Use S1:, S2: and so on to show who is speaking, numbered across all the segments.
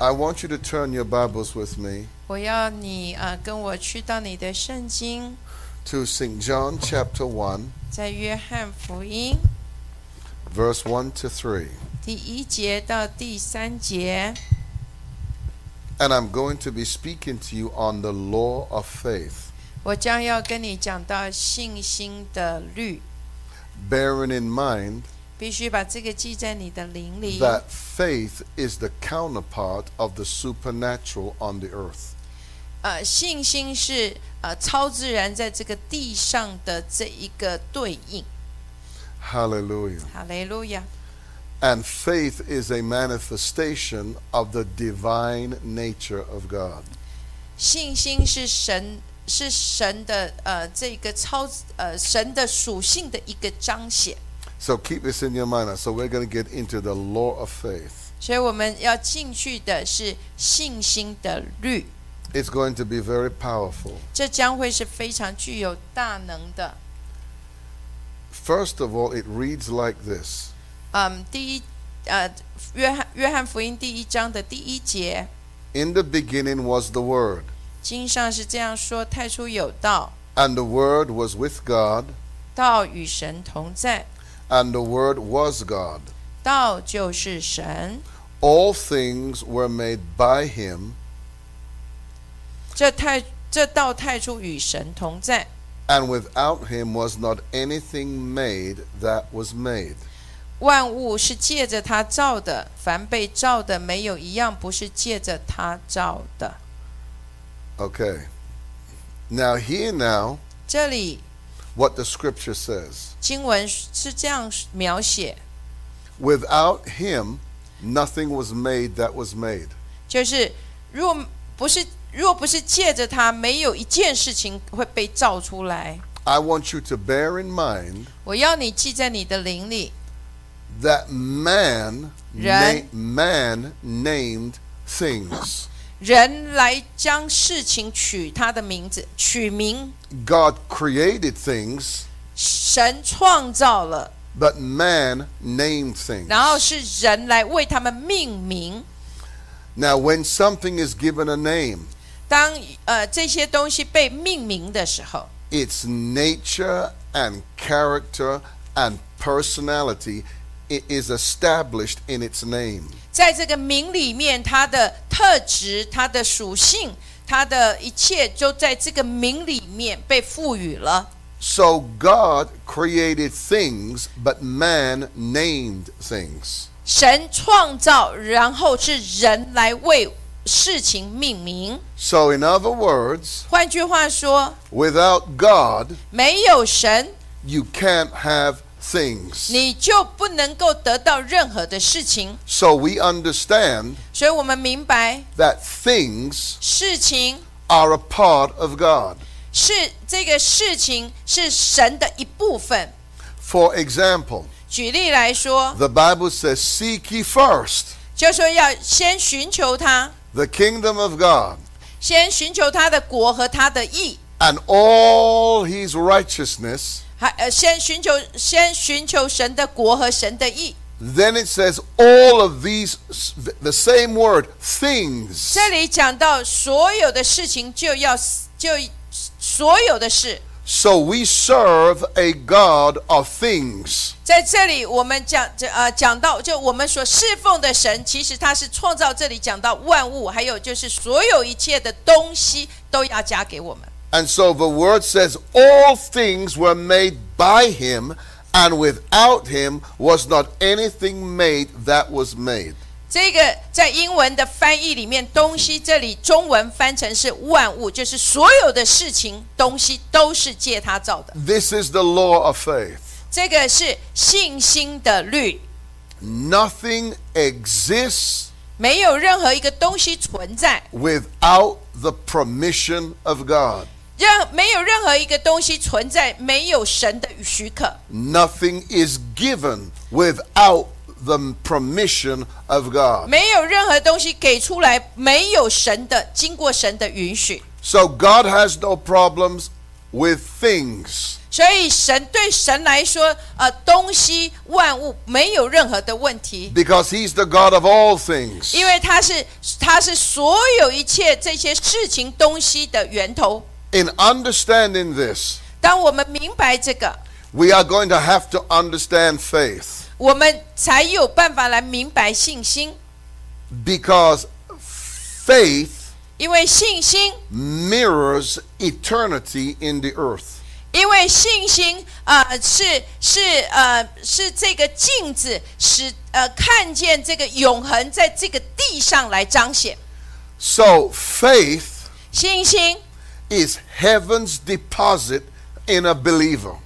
S1: I want you to turn your Bibles with me
S2: 我要你啊、呃跟我去到你的圣经，
S1: to St. John chapter 1,
S2: 在约翰福音
S1: verse 1 to 3.
S2: 第一节到第三节。
S1: And I'm going to be speaking to you on the law of faith,
S2: 我将要跟你讲到信心的律，
S1: bearing in mind
S2: 必须把这个记在你的灵里。
S1: that faith is the counterpart of the supernatural on the earth.
S2: 呃，信心是呃超自然在这个地上的这一个对应。
S1: Hallelujah.
S2: 哈雷路亚！
S1: And faith is a manifestation of the divine nature of God.
S2: 信心是神是神的呃这个超呃神的属性的一个彰显，
S1: So keep this in your mind. So we're going to get into the law of faith.
S2: 所以我们要进去的是信心的律，
S1: It's going to be very powerful.
S2: 这将会是非常具有大能的。
S1: First of all, it reads like this
S2: 嗯，第一呃约翰约翰福音第一章的第一节，
S1: In the beginning was the Word,
S2: 经上是这样说：太初有道，
S1: and the Word was with God,
S2: 道与神同在，
S1: and the Word was God.
S2: 道就是神。
S1: All things were made by Him.
S2: 这太这道太初与神同在，
S1: And without him was not anything made that was made.
S2: 万物是借着他造的，凡被造的没有一样不是借着他造的。
S1: Okay. Now, hear now
S2: 这里
S1: what the scripture says.
S2: 经文是这样描写，
S1: Without him, nothing was made that was made.
S2: 就是若不是若不是借着他，没有一件事情会被造出来。
S1: I want you to bear in mind
S2: 我要你记在你的灵里，
S1: that man, na-
S2: Right.
S1: man named things.
S2: 人来将事情取他的名字，取名。
S1: God created things,
S2: 神创造了，
S1: but man named things.
S2: 然后是人来为他们命名。
S1: Now, when something is given a name,
S2: 当呃这些东西被命名的时候，
S1: its nature and character and personality i- is established in its name.
S2: 在这个名里面，它的特质、它的属性、它的一切，就在这个名里面被赋予了。
S1: So God created things, but man named things.
S2: 神创造，然后是人来为事情命名。
S1: So, in other words,
S2: 换句话说，
S1: without God,
S2: 没有神，
S1: you can't have things.
S2: 你就不能够得到任何的事情。
S1: So, we understand
S2: 所以我们明白，
S1: that things
S2: 事情
S1: are a part of God.
S2: 是这个事情是神的一部分。
S1: For example,
S2: 举例来说，
S1: the Bible says, Seek ye first
S2: 就说要先寻求他，
S1: the kingdom of God.
S2: 先寻求他的国和他的义，
S1: and all his righteousness,
S2: 还呃先寻求先寻求神的国和神的义。
S1: then it says all of these, the same word, things.
S2: 这里讲到所有的事情就要就所有的事，
S1: So we serve a God of things.
S2: 在这里我们讲这呃讲到就我们所侍奉的神，其实他是创造这里讲到万物，还有就是所有一切的东西都要加给我们。
S1: And so the word says all things were made by him, and without him was not anything made that was made.
S2: 这个在英文的翻译里面，东西这里中文翻成是万物，就是所有的事情、东西都是借他造的。
S1: This is the law of faith.
S2: 这个是信心的律，
S1: Nothing exists
S2: 没有任何一个东西存在，
S1: without the permission of God.
S2: 任没有任何一个东西存在没有神的许可，
S1: Nothing is given without the permission of God.
S2: 没有任何东西给出来没有神的，经过神的允许。
S1: So God has no problems with things.
S2: 所以神对神来说，呃，东西万物没有任何的问题，
S1: Because he's the God of all things.
S2: 因为他是他是所有一切这些事情东西的源头。
S1: In understanding this,
S2: 当我们明白这个，
S1: we are going to have to understand faith.
S2: 我们才有办法来明白信心，
S1: Because faith
S2: 因为信心，
S1: mirrors eternity in the earth.
S2: 因为信心，呃，是是呃是这个镜子使呃看见这个永恒在这个地上来彰显。
S1: So faith
S2: 信心，
S1: is heaven's deposit in a believer.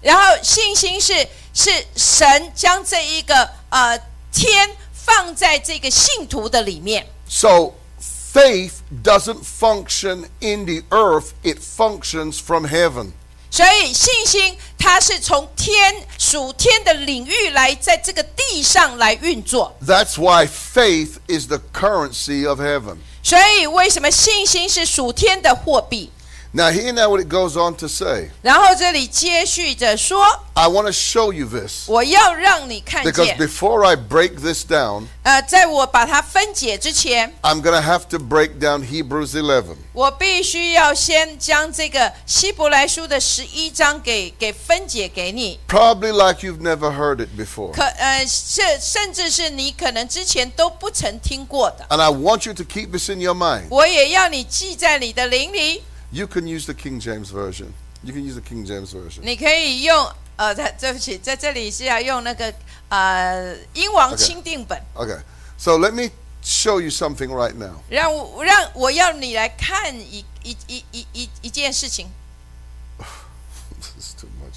S2: 然后信心是是神将这一个呃天放在这个信徒的里面，
S1: So faith doesn't function in the earth, it functions from heaven.
S2: 所以信心它是从天属天的领域来在这个地上来运作。
S1: That's why faith is the currency of heaven.
S2: 所以为什么信心是属天的货币？
S1: Now, hear now what it goes on to say.
S2: 然后这里接续着说，
S1: I want to show you this
S2: 我要让你看
S1: because
S2: 见。
S1: before I break this down,
S2: 呃，在我把它分解之前，
S1: I'm going to have to break down Hebrews 11.
S2: 我必须要先将这个希伯来书的十一章给给分解给你。
S1: Probably like you've never heard it before.
S2: 可呃，甚甚至是你可能之前都不曾听过的，
S1: And I want you to keep this in your mind.
S2: 我也要你记在你的灵里。
S1: You can use the King James Version. You can use the King James Version.
S2: 你可以用呃，在对不起，在这里是要用那个呃英王
S1: OK
S2: 钦定本，
S1: Okay. So let me show you something right now.
S2: 让我让我要你来看一一一一一一件事情。
S1: this is too much.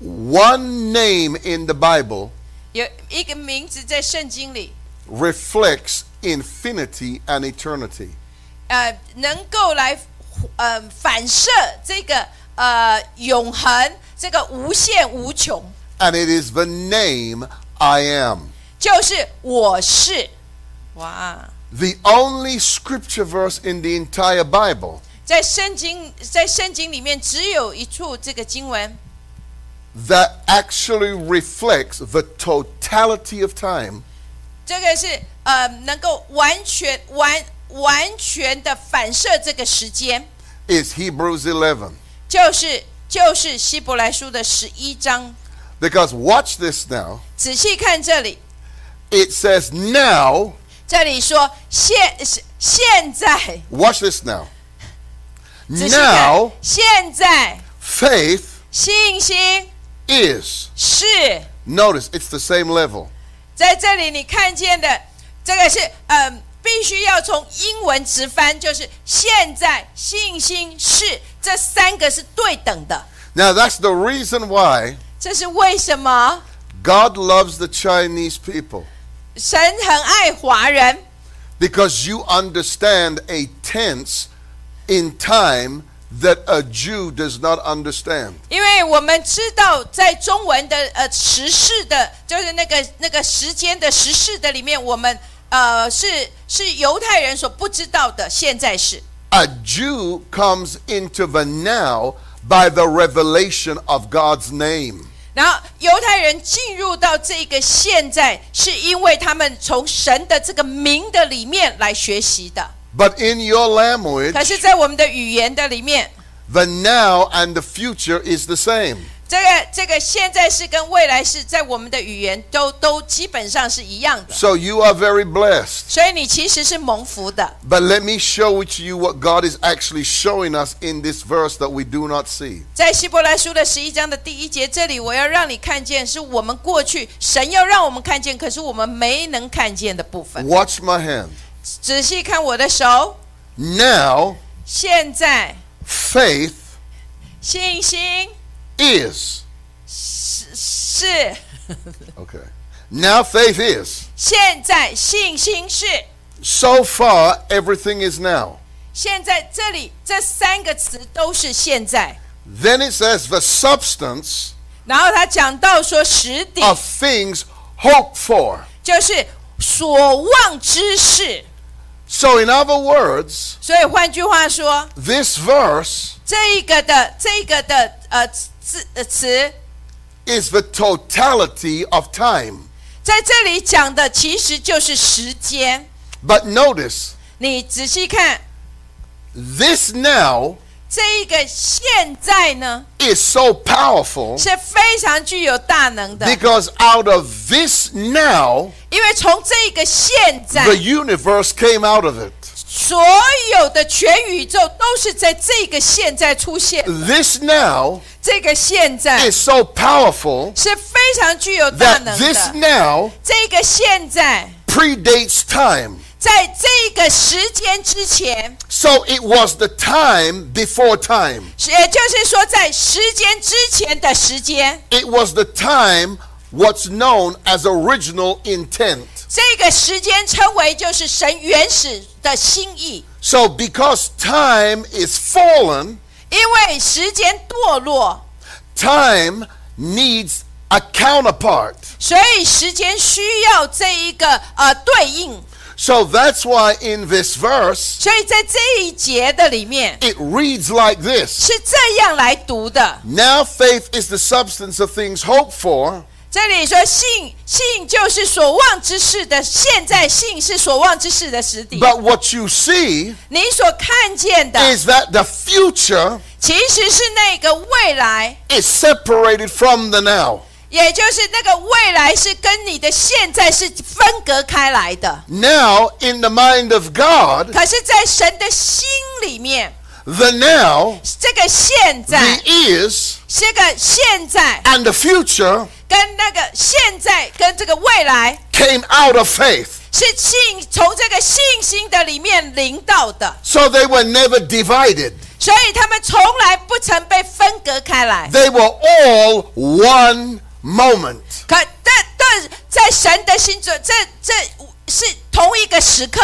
S1: One name in the Bible
S2: 有一个名字在圣经里，
S1: reflects infinity and eternity.
S2: 呃，能够来呃反射这个呃永恒，这个无限无穷，
S1: And it is the name I am.
S2: 就是我是，哇，
S1: The only scripture verse in the entire Bible
S2: 在圣经在圣经里面只有一处这个经文，
S1: that actually reflects the totality of time
S2: 这个是呃能够完全完完全的反射这个时间，
S1: is Hebrews 11.
S2: 就是就是希伯来书的十一章，
S1: Because watch this now.
S2: 仔细看这里，
S1: It says now,
S2: 这里说现是现在。
S1: watch this now.
S2: 仔细看
S1: Now
S2: 现在
S1: faith
S2: 信心
S1: is
S2: 是
S1: Notice it's the same level.
S2: 在这里你看见的，这个是嗯、必须要从英文直翻，就是现在信心是这三个是对等的，
S1: Now that's the reason why
S2: 这是为什么？
S1: God loves the Chinese people
S2: 神很爱华人，
S1: because you understand a tense in time that a Jew does not understand.
S2: 因为我们知道在中文的呃时事的，就是那个那个时间的时事的里面，我们呃是是犹太人所不知道的现在是。
S1: A Jew comes into the now by the revelation of God's name.
S2: 然后犹太人进入到这个现在，是因为他们从神的这个名的里面来学习的。
S1: But in your language,
S2: 可是，在我们的语言的里面，
S1: the now and the future is the same.
S2: 这个这个现在是跟未来是在我们的语言都都基本上是一样的。
S1: So you are very blessed.
S2: 所以你其实是蒙福的。
S1: But let me show it to you what God is actually showing us in this verse that we do not see.
S2: 在希伯来书的十一章的第一节，这里我要让你看见，是我们过去神要让我们看见，可是我们没能看见的部分。
S1: Watch my hand.
S2: 仔细看我的手，
S1: Now,
S2: 现在
S1: faith
S2: 信心
S1: is.
S2: 是是。
S1: Okay. Now, faith is.
S2: 现在信心是
S1: So far, everything is now.
S2: 现在这里这三个词都是现在。
S1: Then it says the substance
S2: 然后他讲到说实底
S1: of things hoped for.
S2: 就是所望之事，
S1: So, in other words,
S2: 所以换句话说，
S1: this verse
S2: 这一个的这一个的呃字呃词，
S1: is the totality of time.
S2: 在这里讲的其实就是时间。
S1: But notice,
S2: 你仔细看
S1: this now
S2: 这一个现在呢，
S1: is so powerful
S2: 是非常具有大能的，
S1: because out of this now,
S2: 因为从这一个现在，
S1: the universe came out of it.
S2: 所有的全宇宙都是在这个现在出现。
S1: This now
S2: 这个现在
S1: is so powerful
S2: 是非常具有大
S1: that
S2: 能
S1: this
S2: 的。
S1: now
S2: 这个现在，
S1: predates time.
S2: 在这个时间之前，
S1: So it was the time before time.
S2: 是也就是说，在时间之前的时间，
S1: It was the time what's known as original intent.
S2: 这个时间称为就是神原始的心意。
S1: So because time is fallen,
S2: 因为时间堕落，
S1: time needs a counterpart.
S2: 所以时间需要这一个呃对应。
S1: So that's why in this verse
S2: 所以在这一节的里面
S1: it reads like this.
S2: 是这样来读的。
S1: Now faith is the substance of things hoped for,
S2: 这里说信，信就是所望之事的。现在信是所望之事的实底。
S1: but what you see
S2: 你所看见的，
S1: is that the future
S2: 其实是那个未来，
S1: is separated from the now.
S2: 也就是那个未来是跟你的现在是分隔开来的。
S1: Now in the mind of God,
S2: 可是，在神的心里面，
S1: the now,
S2: 这个现
S1: the
S2: 在，
S1: is
S2: 这个现在
S1: and the future
S2: 跟那个现在跟这个未来，
S1: came out of faith.
S2: 是信从这个信心的里面领到的，
S1: So they were never divided.
S2: 所以他们从来不曾被分隔开来。
S1: They were all one moment.
S2: 可但但在神的心中，这这是同一个时刻，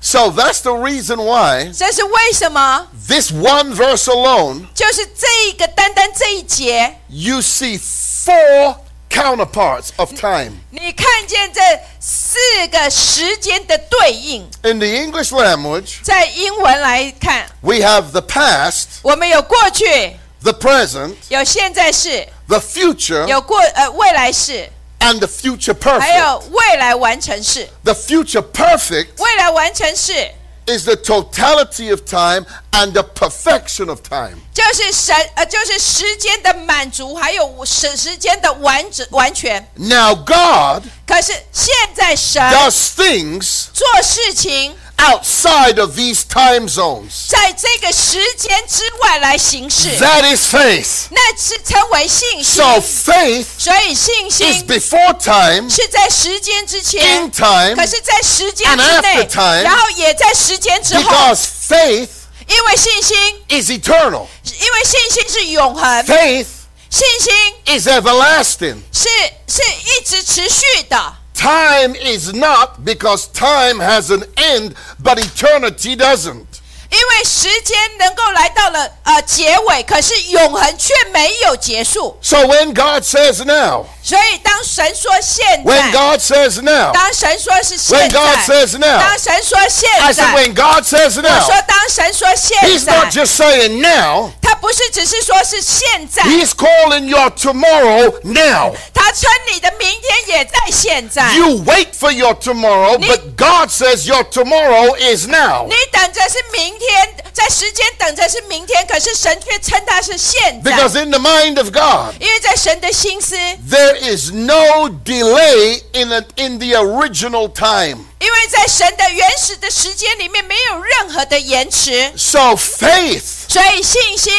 S1: So that's the reason why
S2: 这是为什么？
S1: this one verse alone,
S2: 就是这一个单单这一节，
S1: you see four counterparts of time.
S2: 你看见这四个时间的对应，
S1: In the English language,
S2: 在英文来看，
S1: we have the past,
S2: 我们有过去，
S1: the present,
S2: 有现在式，
S1: the future,
S2: 有过呃未来式，
S1: and the future
S2: 还有
S1: perfect.
S2: 未来完成式。
S1: The future perfect
S2: 未来完成式，
S1: is the totality of time and the perfection of time.
S2: 就是神呃，就是时间的满足，还有时时间的完整完全。
S1: Now God
S2: 可是现在神
S1: does things
S2: 做事情，
S1: outside of these time zones.
S2: 在这个时间之外来行事，
S1: That is faith.
S2: 那是称为信心。
S1: So faith
S2: 所以信
S1: is
S2: 心
S1: before time,
S2: 是在时间之前
S1: in，time,
S2: 可是，在时间
S1: and
S2: 之
S1: after
S2: 内
S1: time，
S2: 然后也在时间之后，
S1: because faith
S2: 因为信心，
S1: is eternal.
S2: 因为信心是永恒，
S1: Faith
S2: 信心
S1: is everlasting.
S2: 是是一直持续的。
S1: Time is not because time has an end, but eternity doesn't.
S2: 因为时间能够来到了呃结尾，可是永恒却没有结束。
S1: So when God says now,
S2: 所以当神说现
S1: when
S2: 在，
S1: God says now,
S2: 当神说是
S1: when
S2: 现
S1: God
S2: 在，
S1: says now,
S2: 当神说现
S1: I said
S2: 在，
S1: when God says
S2: 我
S1: now,
S2: 说当神说现
S1: He's not
S2: 在，
S1: just saying now.
S2: 他不是只是说是现在，
S1: He's calling your tomorrow now.
S2: 他称你的明天也在现在。
S1: You wait for your tomorrow,
S2: Ni-
S1: but God says your tomorrow is now.
S2: 你等着是明天，在时间等着是明天，可是神却称它是现在，
S1: Because in the mind of God,
S2: 因为在神的心思，因
S1: there is no delay in the, in the original time.
S2: 为在神的原始的时间里面没有任何的延迟。
S1: So faith
S2: 所以信心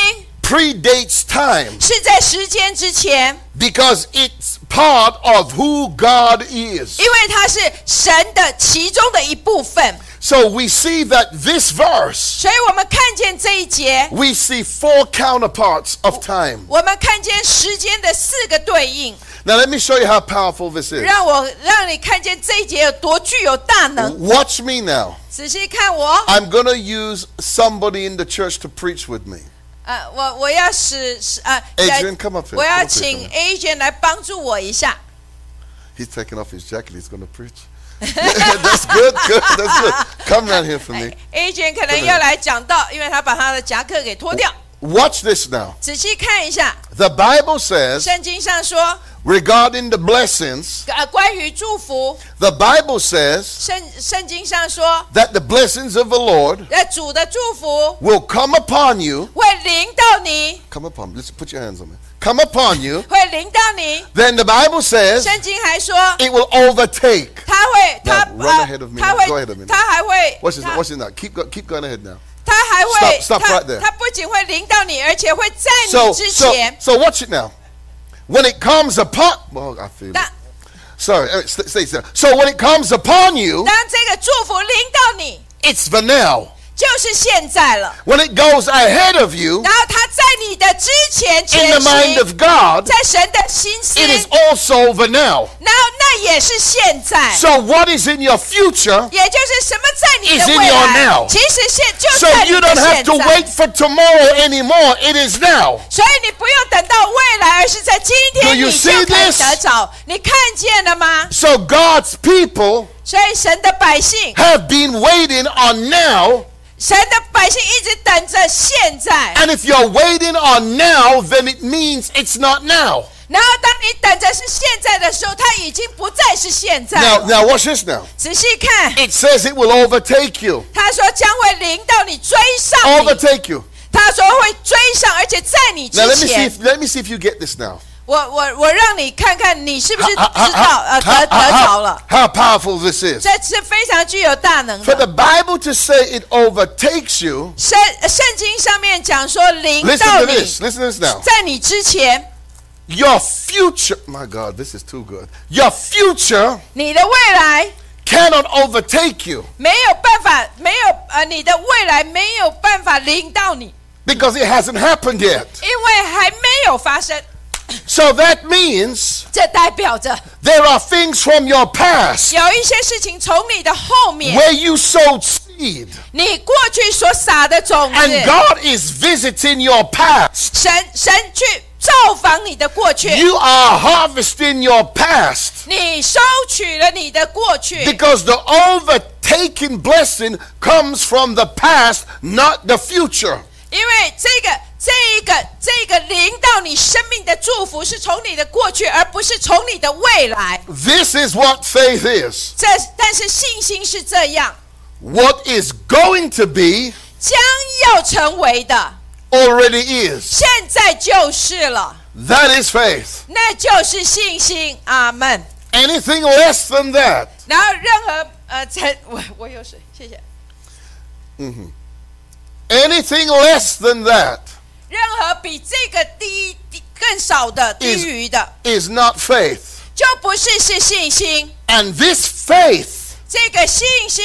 S1: predates time
S2: 是在时间之前，
S1: because it's part of who God is.
S2: 因为它是神的其中的一部分。
S1: So we see that this verse,
S2: 所以我们看见这一节，
S1: we see four counterparts of time.
S2: 我们看见时间的四个对应，
S1: Now let me show you how powerful this is.
S2: 让我让你看见这一节有多具有大
S1: 嗯
S2: 能。
S1: Watch me now.
S2: 仔细看我，
S1: I'm going to use somebody in the church to preach with me.
S2: 呃，我我要使使呃
S1: Adrian, come up here.
S2: 我
S1: Come
S2: 要
S1: up here,
S2: 请 Adrian 来帮助我一下。
S1: He's taking off his jacket. He's going to preach. that's good, good, that's good. Come down here for me.
S2: A 卷可能要来讲到，因为他把他的夹克给脱掉。
S1: 嗯 Watch this now.
S2: 仔细看一下，
S1: The Bible says
S2: 圣经上说，
S1: regarding the blessings,
S2: 呃，关于祝福，
S1: the Bible says
S2: 圣圣经上说，
S1: that the blessings of the Lord
S2: 呃，主的祝福
S1: will come upon you.
S2: 会临到你，
S1: Come upon, let's put your hands on me. Come upon you.
S2: 会临到你。
S1: Then the Bible says
S2: 圣经还说，
S1: it will overtake.
S2: 他会，
S1: Now,
S2: 他
S1: run
S2: 呃
S1: ahead of me，
S2: 他
S1: go ahead of me
S2: 会，他还
S1: Watch this,
S2: 会，
S1: watch this now. Keep, go, keep going ahead now.
S2: 他还会，他
S1: Stop, stop right there.
S2: 他不仅会临到你，而且会在
S1: So,
S2: 你之
S1: so,
S2: 前。
S1: so watch it now. When it comes upon, oh, I feel it.
S2: 当
S1: Sorry, uh, st- stay still. So when it comes upon you,
S2: 当这个祝福临到你，
S1: it's the now.
S2: 就是现在了。
S1: When it goes ahead of you,
S2: 然后他在你的之前
S1: in
S2: 前
S1: the mind
S2: 行，
S1: of God,
S2: 在神的心思，
S1: it is
S2: 然
S1: also the now.
S2: 后那也是现在。
S1: So what is in your future,
S2: 也就是什么在你
S1: It's
S2: 的
S1: in
S2: 未
S1: your
S2: 来
S1: now.，
S2: 其实现就
S1: so
S2: 在你
S1: you
S2: 的
S1: don't
S2: 现
S1: have to
S2: 在
S1: wait，for tomorrow anymore. It is now.
S2: 所以你不用等到未来，而是在今
S1: Do
S2: 天
S1: you
S2: 你就
S1: see
S2: 可以
S1: this？
S2: 得着。你看见了吗？
S1: So God's people
S2: 所以神的百姓，
S1: have been waiting on now.
S2: 神的百姓一直等着现在。
S1: And if you're waiting on now, then it means it's not now.
S2: 然后当你等着是现在的时候，它已经不再是现在
S1: Now,
S2: 了。
S1: now watch this now.
S2: 仔细看，
S1: It says it will overtake you.
S2: 他说将会临到你追上你，
S1: Overtake you.
S2: 他说会追上，而且在你
S1: Now let
S2: 之
S1: me see
S2: 前。
S1: if let me see if you get this now.
S2: 我我我让你看看你是不是知
S1: How- how-
S2: 道
S1: how-
S2: 呃得
S1: how-
S2: 得着了。
S1: how powerful this is.
S2: 这是非常具有大能
S1: For
S2: 的。
S1: the Bible to say it overtakes you,
S2: 圣圣经上面讲说，临
S1: listen
S2: 到
S1: to
S2: 你，
S1: this. Listen to this now.
S2: 在你之前，
S1: Your future, my God, this is too good. Your future
S2: 你的未来
S1: cannot overtake you
S2: 没有办法，没有呃，你的未来没有办法临到你，
S1: because it hasn't happened yet.
S2: 因为还没有发生。
S1: So that means
S2: 这代表着
S1: there are things from your past
S2: 有一些事情从你的后面，
S1: where you sowed seed,
S2: 你过去所撒的种
S1: and
S2: 子，
S1: God is visiting your past.
S2: 神神去造访你的过去，
S1: You are harvesting your past
S2: 你收取了你的过去，
S1: because the overtaking blessing comes from the past, not the future.
S2: 因为这个、这一个、这个临到你生命的祝福是从你的过去，而不是从你的未来。
S1: This is what faith is.
S2: 这但是信心是这样，
S1: What is going to be
S2: 将要成为的，
S1: already is.
S2: 现在就是了，
S1: That is faith.
S2: 那就是信心。阿门。
S1: Anything less than that
S2: 然后任何呃，才我我有水，谢谢。
S1: anything less than that
S2: 任何比这个低低更少的低于的，
S1: is not faith.
S2: 就不是是信心。
S1: And this faith,
S2: 这个信心，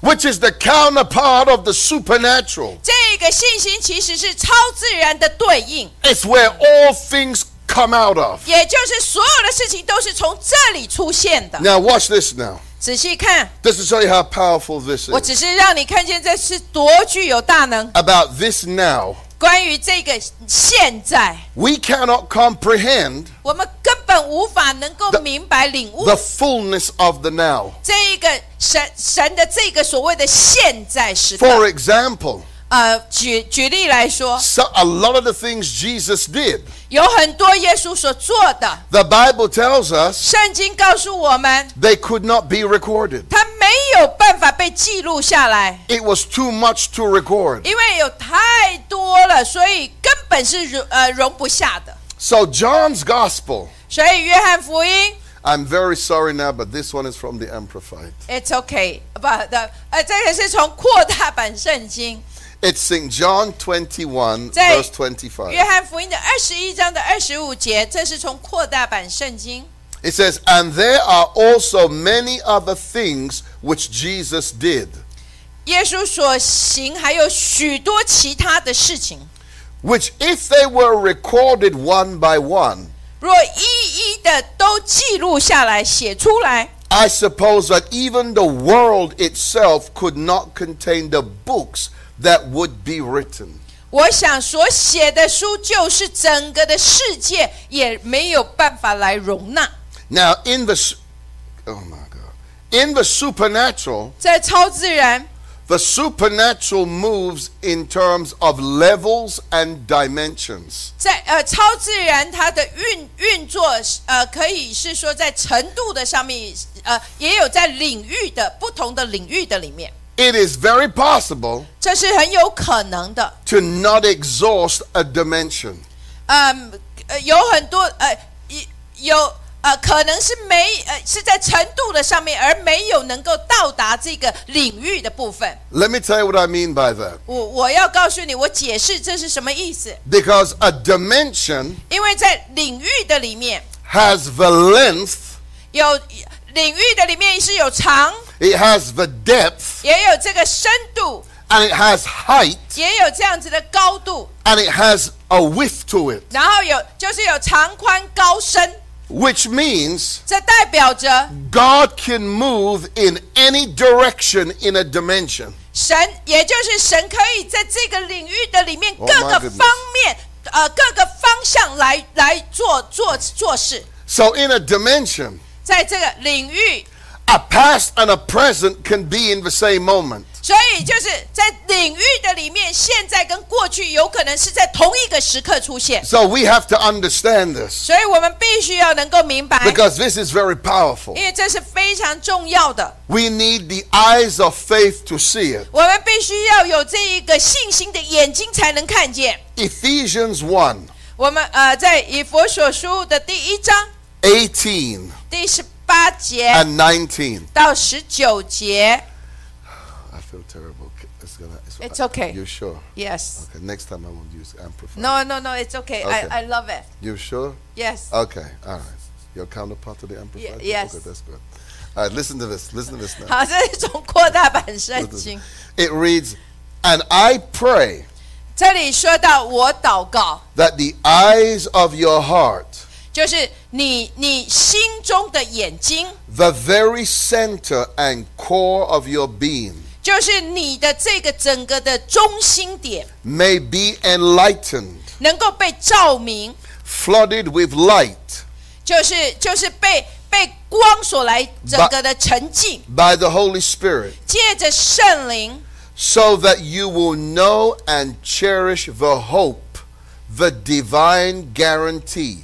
S1: which is the counterpart of the supernatural,
S2: 这个信心其实是超自然的对应，
S1: is where all things come out of.
S2: 也就是所有的事情都是从这里出现的。
S1: Now watch this now.
S2: 仔细看，
S1: This is show you how powerful this
S2: 我
S1: is.
S2: 只是让你看见这是多具有大能。
S1: About this now.
S2: 关于这个现在，
S1: We cannot comprehend
S2: 我们根本无法能够
S1: The-
S2: 明白领悟
S1: the fullness of the now.
S2: 这一个神神的这个所谓的现在时代。
S1: For example,
S2: 呃，举举例来说，
S1: so a lot of the things Jesus did,
S2: 有很多耶稣所做的，
S1: the Bible tells us
S2: 圣经告诉我们，
S1: they could not be recorded.
S2: 他没有办法被记录下来，
S1: It was too much to record.
S2: 因为有太多了，所以根本是容呃容不下的。
S1: So John's gospel,
S2: 所以约翰福音
S1: I'm very sorry now, but this one is from the Amplified.
S2: ，it's okay，不的，呃，这个是从扩大版圣经
S1: It's St. John 21,
S2: Say-
S1: verse
S2: 约
S1: 25.
S2: 翰福音的二十一章的二十五节，这是从扩大版圣经。
S1: It says, And there are also many other things which Jesus did,
S2: 耶稣所行还有许多其他的事情，
S1: which if they were recorded one by one,
S2: 若一一的都记录下来、写出来，
S1: I suppose that even the world itself could not contain the books that would be written.
S2: 我想所写的书就是整个的世界也没有办法来容纳。
S1: Now, in the, s- oh my God, In the supernatural,
S2: 在超自然，
S1: the supernatural moves in terms of levels and dimensions.
S2: 在呃超自然它的运运作，呃，可以是说在程度的上面，呃，也有在领域的不同的领域的里面，
S1: It is very possible
S2: 这是很有可能的。
S1: to not exhaust a dimension.
S2: 嗯，呃，有很多呃，一有呃，可能是没呃是在程度的上面，而没有能够到达这个领域的部分。
S1: Let me tell you what I mean by that.
S2: 我我要告诉你，我解释这是什么意思，
S1: Because a dimension
S2: 因为在领域的里面
S1: has the length,
S2: 有领域的里面是有长，
S1: it has the depth,
S2: 也有这个深度，
S1: and it has height,
S2: 也有这样子的高度，
S1: and it has a width to it,
S2: 然后有就是有长宽高深，
S1: which means
S2: 这代表着
S1: God can move in any direction in a dimension.
S2: 神，也就是神可以在这个领域的里面
S1: Oh
S2: 各
S1: my
S2: 个
S1: goodness
S2: 方面，呃，各个方向来来做做做事，
S1: So, in a dimension,
S2: 在这个领域，
S1: a past and a present can be in the same moment.
S2: 所以就是在领域的里面，现在跟过去有可能是在同一个时刻出现，
S1: So, we have to understand this
S2: 所以我们必须要能够明白，
S1: because this is very powerful.
S2: 因为这是非常重要的，
S1: We need the eyes of faith to see it.
S2: 我们必须要有这一个信心的眼睛才能看见。
S1: Ephesians 1
S2: 我们呃，在以佛所书的第一章
S1: 18
S2: 第十八节
S1: and 19.
S2: 到十九节。
S1: I feel terrible. Okay, It's, gonna,
S2: It's okay.
S1: You sure?
S2: Yes.
S1: Okay, next time I won't use amplifier.
S2: No, no, no. It's okay.
S1: Okay.
S2: I, I love it.
S1: You sure?
S2: Yes.
S1: Okay, all right. Your counterpart to the amplifier?
S2: Ye- yes.
S1: Okay, that's good. All right, listen to this. Listen to this now.
S2: 好，这是一种扩大版圣
S1: Listen to
S2: 经
S1: this.。It reads, And I pray
S2: 这里说到我祷告，
S1: that the eyes of your heart,
S2: 就是你你心中的眼睛，
S1: the very center and core of your being,
S2: 就是你的这个整个的中心点，
S1: may be enlightened,
S2: 能够被照明，
S1: flooded with light
S2: 就是就是被被光所来整个的沉浸，
S1: by the Holy Spirit,
S2: 借着圣灵，
S1: so that you will know and cherish the hope, the divine guarantee.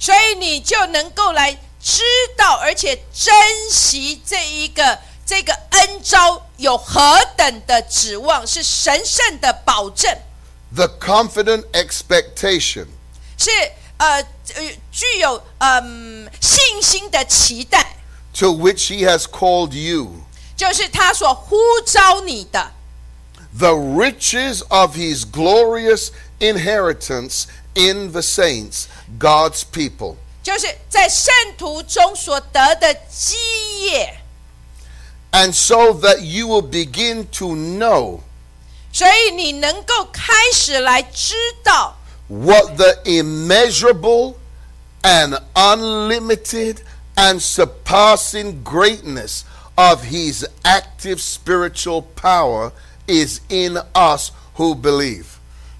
S2: 所以你就能够来知道，而且珍惜这一个这个恩招有何等的指望，是神圣的保证，
S1: the confident expectation
S2: 是呃呃具有嗯、信心的期待，
S1: to which he has called you,
S2: 就是他所呼召你的，
S1: the riches of his glorious inheritance in the saints, God's people.
S2: 就是在圣徒中所得的基业，
S1: And so that you will begin to know
S2: 所以你能够开始来知道。
S1: what the immeasurable and unlimited and surpassing greatness of his active spiritual power is in us who believe.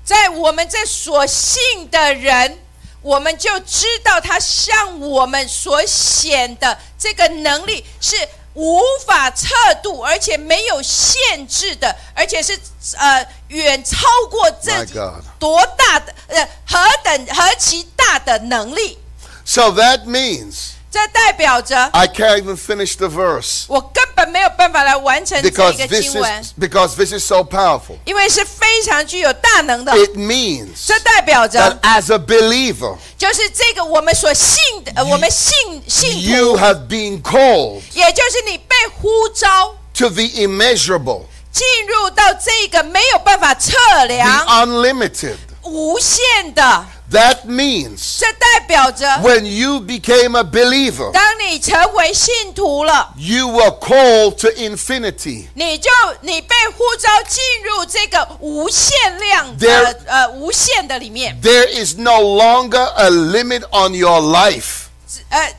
S2: 在我们这所信的人，我们就知道他向我们所显的这个能力是无法测度，而且没有限制的，而且是呃远超过这
S1: My God
S2: 多大的呃何等何其大的能力。
S1: So that means
S2: 这代表着
S1: I can't even finish the verse
S2: 我根本没有办法来完成这
S1: because
S2: 个
S1: this
S2: 经文
S1: is，because this is so powerful.
S2: 因为是非常具有大能的。
S1: It means
S2: 这代表着
S1: that as a believer,
S2: 就是这个我们所信的，呃、我们信信徒
S1: you have been called
S2: 也就是你被呼召
S1: to the immeasurable,
S2: 进入到这个没有办法测
S1: the
S2: 量、
S1: unlimited.
S2: 无限的，
S1: That means
S2: 这代表着
S1: when you became a believer,
S2: 当你成为信徒了，
S1: you were called to infinity.
S2: 你就你被呼召进入这个无限量的
S1: There-
S2: 呃无限的里面，
S1: There is no longer a limit on your life.
S2: 呃，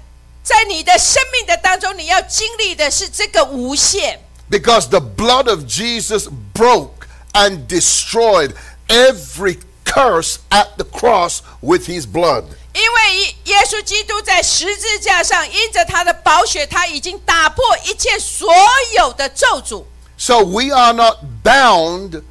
S2: 在你的生命的当中，你要经历的是这个无限。
S1: Because the blood of Jesus broke and destroyed every curse at the cross with his blood.
S2: 因为耶稣基督在十字架上，因着他的宝血，他已经打破一切所有的咒诅。
S1: So we are not bound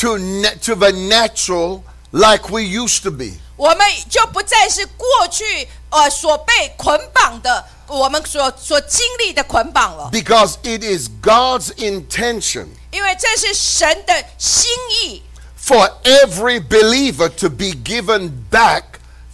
S1: to, na- to the natural like we used to be.
S2: 我们就不再是过去呃所被捆绑的，我们所所经历的捆绑了，
S1: Because it is God's intention
S2: 因为这是神的心意，
S1: for every believer to be given back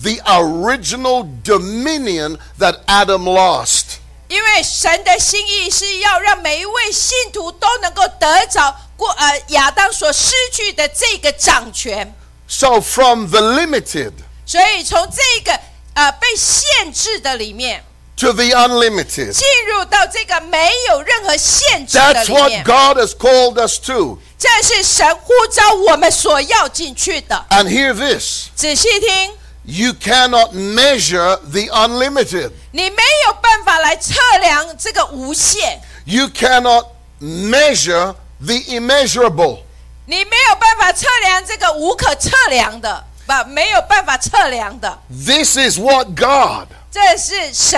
S1: the original dominion that Adam lost.
S2: 因为神的心意是要让每一位信徒都能够得着过呃亚当所失去的这个掌权，
S1: So from the limited
S2: 所以从这个呃被限制的里面。
S1: to the unlimited.
S2: 进入到这个没有任何限制的
S1: That's
S2: 里
S1: what
S2: 面，
S1: God has called us to.
S2: 这是神呼召我们所要进去的。
S1: And hear this
S2: 仔细听，
S1: you cannot measure the unlimited,
S2: 你没有办法来测量这个无限，
S1: you cannot measure the immeasurable.
S2: 你没有办法测量这个无可测量的，不，没有办法测量的。
S1: This is what God
S2: 这是神，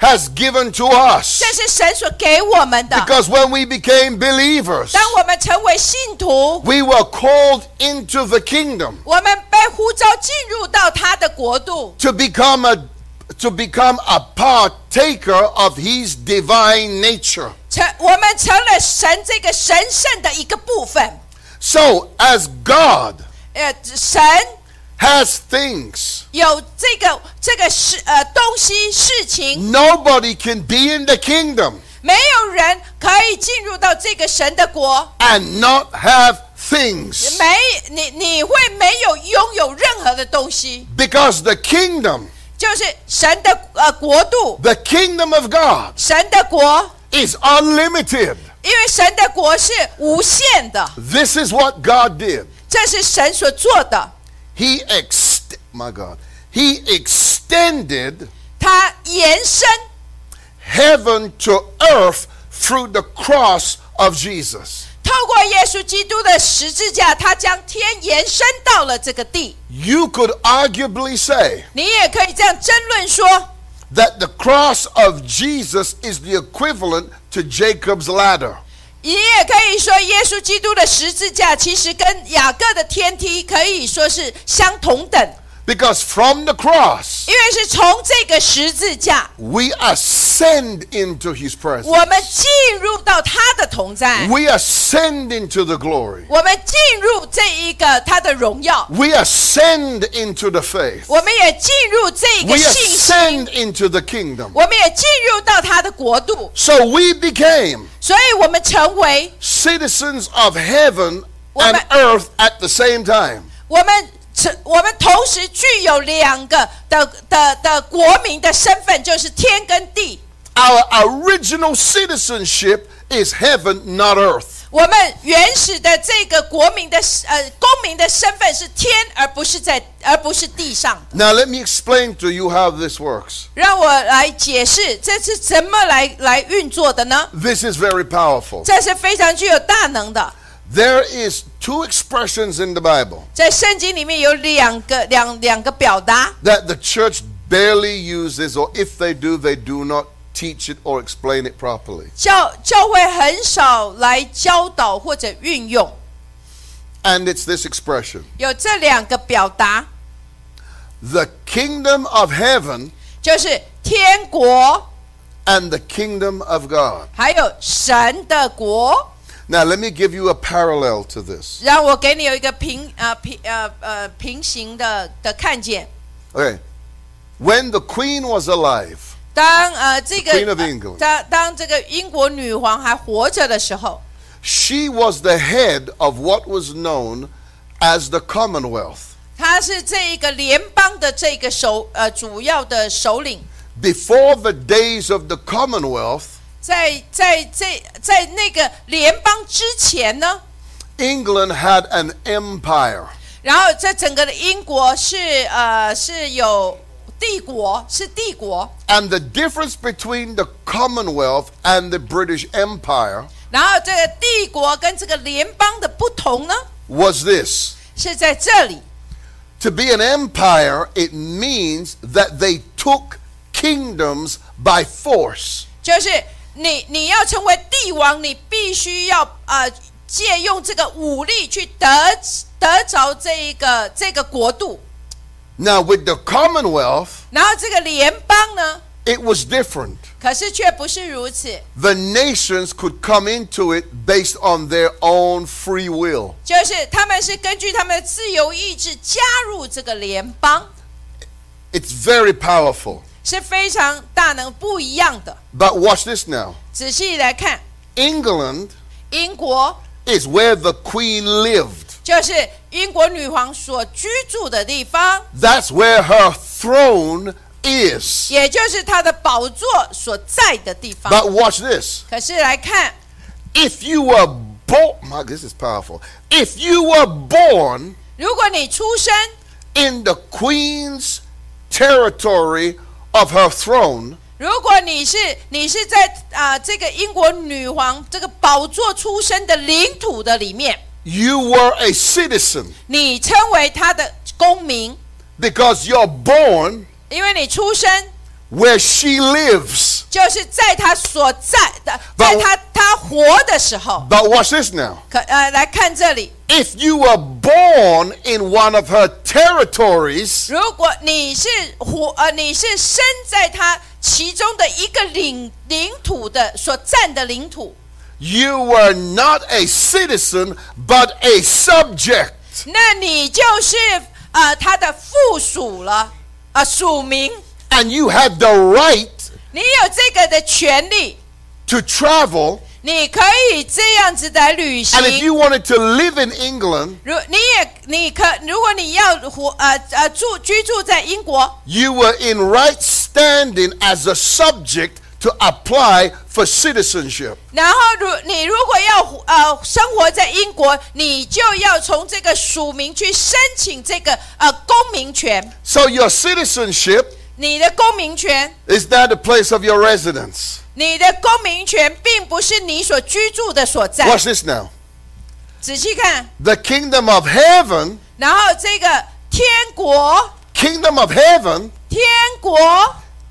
S1: has given to us.
S2: 这是神所给我们的。
S1: Because when we became believers,
S2: 当我们成为信徒，
S1: we were called into the kingdom
S2: 我们被呼召进入到他的国度，
S1: to become a to become a partaker of his divine nature.
S2: 成我们成了神这个神圣的一个部分。
S1: So as God
S2: 呃，神
S1: has things,
S2: 有这个这个事呃东西事情，
S1: nobody can be in the kingdom
S2: 没有人可以进入到这个神的国。
S1: and not have things.
S2: 没，你你会没有拥有任何的东西，
S1: Because the kingdom,
S2: 就是神的呃国度，
S1: the kingdom of God
S2: 神的国，
S1: is unlimited.
S2: 因为神的国是无限的，
S1: This is what God did.
S2: 这是神所做的，
S1: He ex my God. He extended
S2: 他延伸
S1: heaven to earth through the cross of Jesus.
S2: 透过耶稣基督的十字架，他将天延伸到了这个地。
S1: You could arguably say
S2: 你也可以这样争论说，
S1: that the cross of Jesus is the equivalent to Jacob's ladder.
S2: 你也可以说，耶稣基督的十字架其实跟雅各的天梯可以说是相同等，
S1: Because from the cross,
S2: 因为是从这个十字架，
S1: we ascend into his
S2: 我
S1: presence.
S2: 们进入到他的同在，
S1: We ascend into the glory.
S2: 我们进入这一个他的荣耀，
S1: We ascend into the faith.
S2: 我们也进入这一
S1: We
S2: 个信息，
S1: ascend into the kingdom.
S2: 我们也进入到他的国度，
S1: So we became
S2: 所以我们成为
S1: citizens of heaven and
S2: Well, but-
S1: earth at the same time.
S2: 我们成我们同时具有两个的的的国民的身份，就是天跟地。
S1: Our original citizenship is heaven, not earth.
S2: 我们原始的这个国民的呃公民的身份是天，而不是在而不是地上。
S1: Now, let me explain to you how this works.
S2: 让我来解释这是怎么来来运作的呢？
S1: This is very powerful.
S2: 这是非常具有大能的。
S1: There is two expressions in the Bible
S2: 在圣经里面有两个两两个表达，
S1: that the church barely uses, or if they do, they do not teach it or explain it properly.
S2: 教教会很少来教导或者运用，
S1: And it's this expression
S2: 有这两个表达，
S1: the kingdom of heaven
S2: 就是天国
S1: and the kingdom of God.
S2: 还有神的国。
S1: Now, let me give you a parallel to this.
S2: 让我给你有一个平呃平呃呃平行的的看见。
S1: Okay. When the queen was alive,
S2: 当呃这个
S1: Queen of
S2: 呃
S1: England
S2: 当当这个英国女皇还活着的时候，
S1: she was the head of what was known as the Commonwealth.
S2: 她是这一个联邦的这个首呃主要的首领，
S1: Before the days of the Commonwealth,
S2: 在在这在那个联邦之前呢，
S1: England had an empire.
S2: 然后这整个的英国是呃是有帝国是帝国，
S1: And the difference between the Commonwealth and the British Empire
S2: 然后这个帝国跟这个联邦的不同呢
S1: was this
S2: 是在这里，
S1: To be an empire, it means that they took kingdoms by force.
S2: 就是你你要成为帝王，你必须要呃借用这个武力去得得着这一个这个国度。
S1: Now, with the Commonwealth,
S2: 然后这个联邦呢，
S1: it was different.
S2: 可是却不是如此，
S1: The nations could come into it based on their own free will.
S2: 就是他们是根据他们的自由意志加入这个联邦，
S1: It's very powerful.
S2: 是非常大能不一样的。
S1: But watch this now.
S2: 仔细来看，
S1: England
S2: 英国
S1: is where the queen lived.
S2: 就是英国女皇所居住的地方，
S1: That's where her throne is.
S2: 也就是她的宝座所在的地方。
S1: But watch this.
S2: 可是来看，
S1: If you were born, my this is powerful. If you were born
S2: 如果你出生
S1: in the queen's territory of her throne,
S2: 如果你是你是在啊、这个英国女皇这个宝座出生的领土的里面，
S1: you were a citizen
S2: 你称为她的公民，
S1: because you're born
S2: 因为你出生
S1: where she lives.
S2: 就是在她所在的，
S1: But-
S2: 在她她活的时候。
S1: But watch this now.
S2: 可呃，来看这里，
S1: If you were born in one of her territories,
S2: 如果你是活呃，你是生在她其中的一个领领土的所占的领土，
S1: you were not a citizen but a subject.
S2: 那你就是呃她的附属了，啊、呃、属民，
S1: And you had the right
S2: 你有这个的权利。
S1: to travel
S2: 你可以这样子的旅
S1: And if
S2: 行。
S1: you wanted to live in England,
S2: 如你也你可，如果你要活呃呃住居住在英国，
S1: you were in right standing as a subject to apply for citizenship.
S2: 然后如你如果要呃生活在英国，你就要从这个署名去申请这个呃公民权。
S1: So your citizenship
S2: 你的公民权，
S1: is not the place of your residence.
S2: 你的公民权并不是你所居住的所在
S1: Watch。this now.
S2: 仔细看，
S1: The kingdom of heaven,
S2: 然后这个天国，
S1: kingdom of heaven
S2: 天国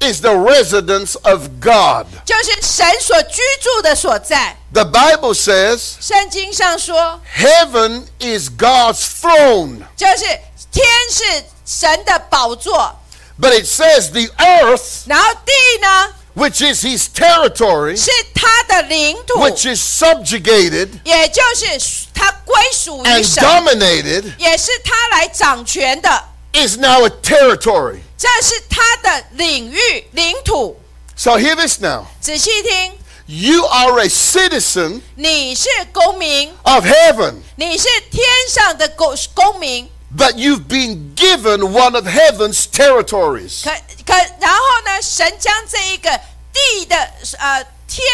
S1: is the residence of God.
S2: 就是神所居住的所在。
S1: The Bible says
S2: 圣经上说，
S1: heaven is God's throne,
S2: 就是天是神的宝座，
S1: but it says the earth,
S2: 然后地呢
S1: which is his territory,
S2: 是他的领土，
S1: which is subjugated
S2: 也就是他归属于
S1: and
S2: 神，
S1: dominated
S2: 也是他来掌权的，
S1: is now a territory.
S2: 这是他的领域领土。
S1: So hear this now.
S2: 仔细听，
S1: You are a citizen
S2: 你是公民，
S1: of heaven,
S2: 你是天上的公公民，
S1: but you've been given one of heaven's territories.
S2: 可可然后呢，神将这一个地的呃天。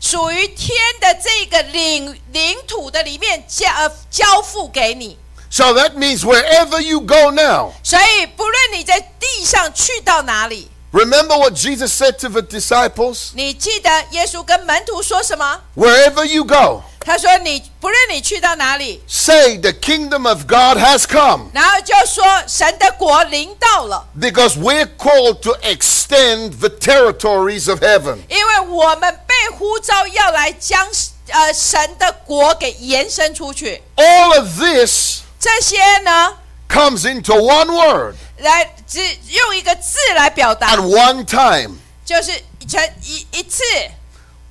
S2: 属于天的这个领领土的里面交呃交付给你，
S1: So that means wherever you go now,
S2: 所以，不论你在地上去到哪里，
S1: remember what Jesus said to the disciples?
S2: 你记得耶稣跟门徒说什么？
S1: Wherever you go,
S2: 他说你：“不论你去到哪里，
S1: say the kingdom of God has come.
S2: 然后就说神的国临到了，
S1: Because we're called to extend the territories of heaven.
S2: 因为我们被呼召要来将呃神的国给延伸出去。
S1: All of this
S2: 这些呢，
S1: comes into one word
S2: 来只用一个字来表达，
S1: at one time.
S2: 就是成一一次，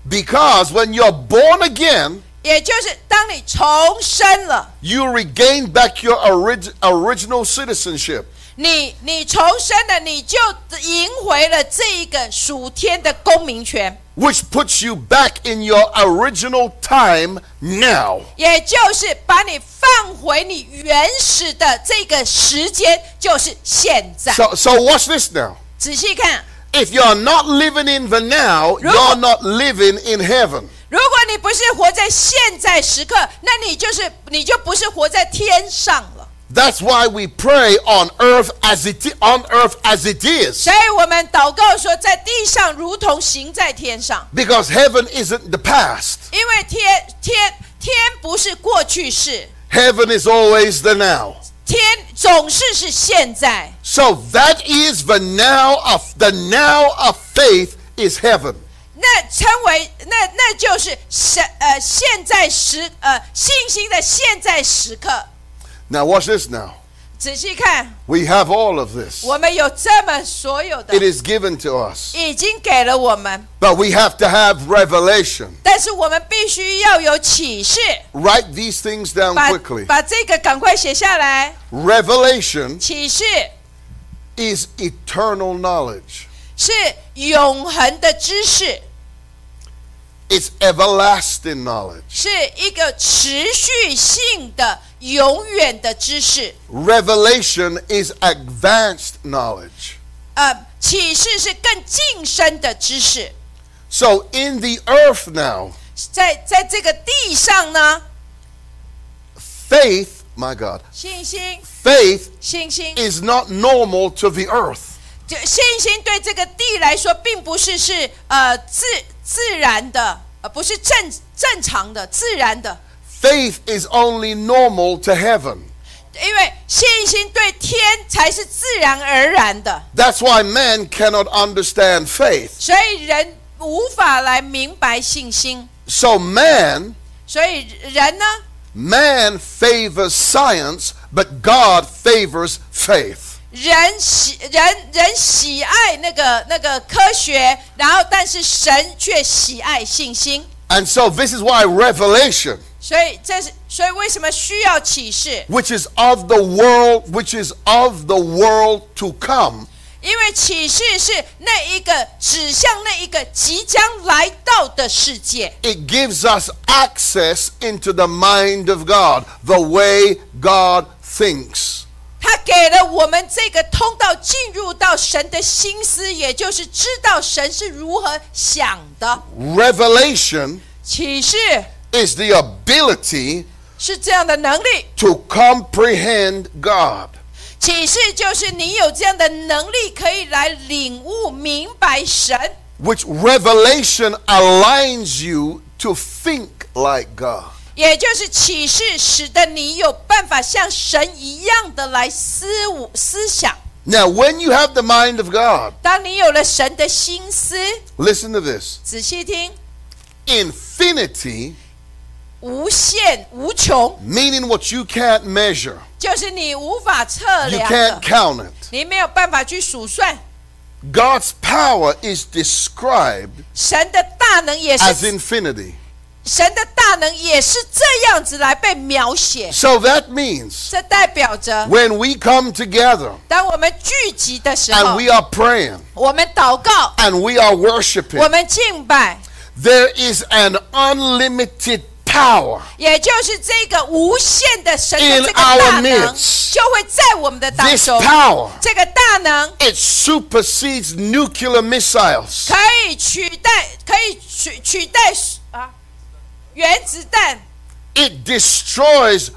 S1: Because when you're born again,
S2: 也就是当你重生了，
S1: you regain back your orig- original citizenship.
S2: 你你重生了，你就赢回了这一个属天的公民权，
S1: Which puts you back in your original time now.
S2: 也就是把你放回你原始的这个时间，就是现在。
S1: So, so watch this now.
S2: 仔细看，
S1: If you're not living in the now, you're not living in heaven.
S2: 如果你不是活在现在时刻，那你就是你就不是活在天上了。
S1: That's why we pray on earth as it i- on earth as it is,
S2: 所以我们祷告说，在地上如同行在天上，
S1: because heaven isn't the past.
S2: 因为天天天不是过去式，
S1: Heaven is always the now.
S2: 天总是是现在，
S1: So that is the now of the now of faith is heaven.
S2: 那称为那那就是现呃现在时呃信心的现在时刻。
S1: Now watch this now.
S2: 仔细看，
S1: We have all of this.
S2: 我们有这么所有的
S1: It，is given to us.
S2: 已经给了我们，
S1: But we have to have revelation.
S2: 但是我们必须要有启示，
S1: Write these things down
S2: 把
S1: quickly.
S2: 把这个赶快写下来。
S1: Revelation
S2: 启示
S1: is eternal knowledge.
S2: 是永恒的知识，
S1: It's everlasting knowledge.
S2: 是一个持续性的、永远的知识。
S1: Revelation is advanced knowledge.
S2: 呃，启示是更近身的知识。
S1: So in the earth now,
S2: 在在这个地上呢，
S1: faith, my God,
S2: 信心，
S1: faith
S2: 信心，
S1: is not normal to the earth.
S2: 就信心对这个地来说，并不是是呃自自然的，呃不是正正常的、自然的，
S1: Faith is only normal to heaven.
S2: 因为信心对天才是自然而然的，
S1: That's why man cannot understand faith.
S2: 所以人无法来明白信心，
S1: So man,
S2: 所以人呢，
S1: man favors science, but God favors faith.
S2: 人喜人人喜爱那个那个科学，然后但是神却喜爱信心。
S1: And so this is why revelation,
S2: 所以这是，所以为什么需要启示？
S1: which is of the world, which is of the world to come,
S2: 因为启示是那一个指向那一个即将来到的世界，
S1: it gives us access into the mind of God, the way God thinks.
S2: 它给了我们这个通道进入到神的心思，也就是知道神是如何想的。
S1: Revelation
S2: 启示
S1: is the ability
S2: 是这样的能力，
S1: to comprehend God.
S2: 启示就是你有这样的能力，可以来领悟、明白神。
S1: which revelation aligns you to think like God.
S2: 也就是启示，使得你有办法像神一样的来思悟思想。
S1: Now, when you have the mind of God,
S2: 当你有了神的心思，
S1: listen to this
S2: 仔细听，
S1: infinity,
S2: 无限无穷，
S1: meaning what you can't measure,
S2: 就是你无法测
S1: you
S2: 量
S1: can't
S2: 的，
S1: count it.
S2: 你没有办法去数算。
S1: God's power is described
S2: 神的大能也
S1: as
S2: 是，
S1: infinity.
S2: 神的大能也是这样子来被描写。
S1: So that means
S2: 这代表着，
S1: when we come together
S2: 当我们聚集的时
S1: and
S2: 候，
S1: we are praying
S2: 我们祷告，
S1: and we are worshiping,
S2: 我们敬拜，
S1: there is an unlimited power
S2: 也就是这个无限的神的
S1: In
S2: 这个大
S1: our
S2: 能，
S1: midst.
S2: 就会在我们的当
S1: This
S2: 中。
S1: power
S2: 这个大能
S1: it supersedes nuclear missiles.
S2: 可以取代，可以取取代啊原子弹，
S1: It destroys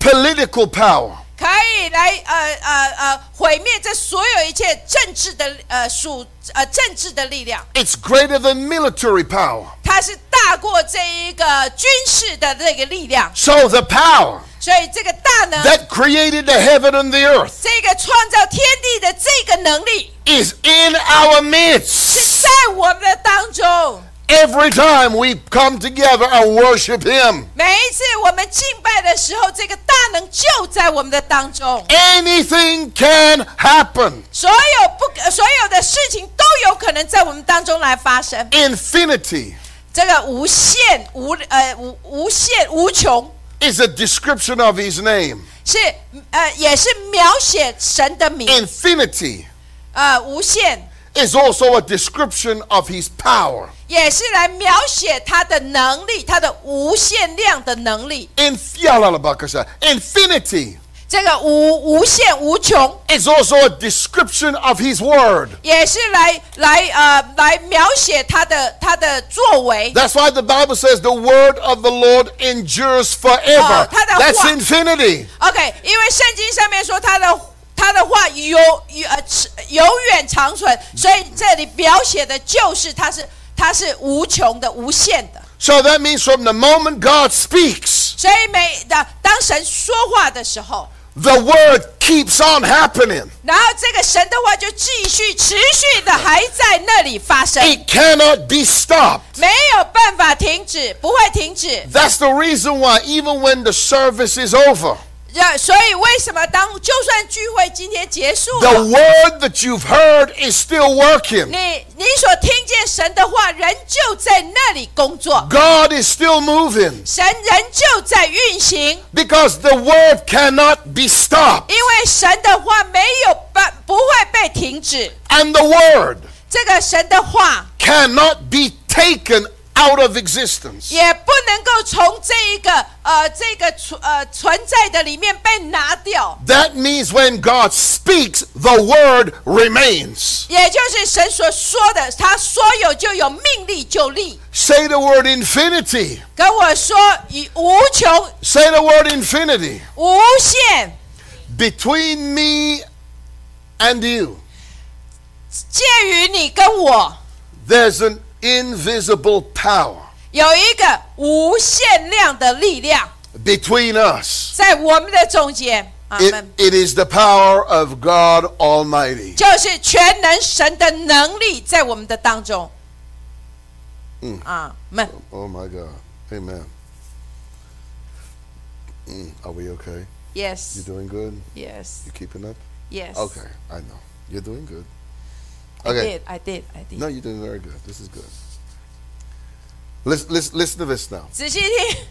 S1: political power.
S2: 可以来呃呃呃毁灭这所有一切政治的呃属呃政治的力量，
S1: It's greater than military power.
S2: 它是大过这一个军事的那个力量，
S1: So the power
S2: 所以这个大能，
S1: that created the heaven and the earth
S2: 这个创造天地的这个能力
S1: is in our
S2: 是
S1: midst.
S2: 在我们的当中。
S1: Every time we come together and worship Him,
S2: 每一次我们敬拜的时候，这个大能就在我们的当中。
S1: anything can happen.
S2: 所有不可，所有的事情都有可能在我们当中来发生。
S1: Infinity
S2: 这个无限无呃无无限无穷
S1: is a description of His name.
S2: 是呃也是描写神的
S1: 嗯
S2: 名，
S1: Infinity
S2: 呃无限
S1: is also a description of His power.
S2: 也是来描写他的能力，他的无限量的能力。
S1: Inf- Yalalabakasa. Infinity
S2: 这个无无限无穷
S1: is also a description of his word.
S2: 也是来来呃来描写他的他的作为。
S1: That's why the Bible says the word of the Lord endures forever.
S2: Oh, 他的话。
S1: That's infinity.
S2: OK，因为圣经上面说他的他的话有有呃持永远长存，所以这里描写的就是他是他是无穷的、无限的。
S1: So that means from the moment God speaks,
S2: 所以每的当神说话的时候，
S1: The word keeps on happening.
S2: 然后这个神的话就继续持续的还在那里发生，
S1: It cannot be stopped.
S2: 没有办法停止，不会停止。
S1: That's the reason why, even when the service is over,
S2: 呃，所以为什么当就算聚会今天结束
S1: the
S2: 了，
S1: word that you've heard is still working.
S2: 你你所听见神的话，人就在那里工作，
S1: God is still moving
S2: 神人就在运行，
S1: because the word cannot be stopped.
S2: 因为神的话没有办不会被停止，
S1: And the word
S2: 这个神的话
S1: cannot be taken out of existence.
S2: 也不能够从这一个呃这个存呃存在的里面被拿掉。
S1: That means when God speaks, the word remains.
S2: 也就是神所说的，他说有就有，命立就立。
S1: Say the word infinity.
S2: 跟我说，以无穷、
S1: Say the word infinity.
S2: 无限
S1: Between me and you,
S2: 介于你跟我
S1: there's an invisible power.
S2: 有一个无限量的力量
S1: Between us,
S2: 在我们的中间。阿
S1: it,
S2: 门。
S1: it is the power of God Almighty.
S2: 就是全能神的能力在我们的当中。嗯，阿门。
S1: Oh my God. Amen. Mm, are we okay? You
S2: Yes,
S1: doing good?
S2: yes,
S1: You keeping up?
S2: yes.
S1: Okay, I know. You're doing good.
S2: I
S1: Okay.
S2: did, I did, I did.
S1: No, you're doing very good. This is good. Listen, listen, listen to this now.
S2: 仔细听，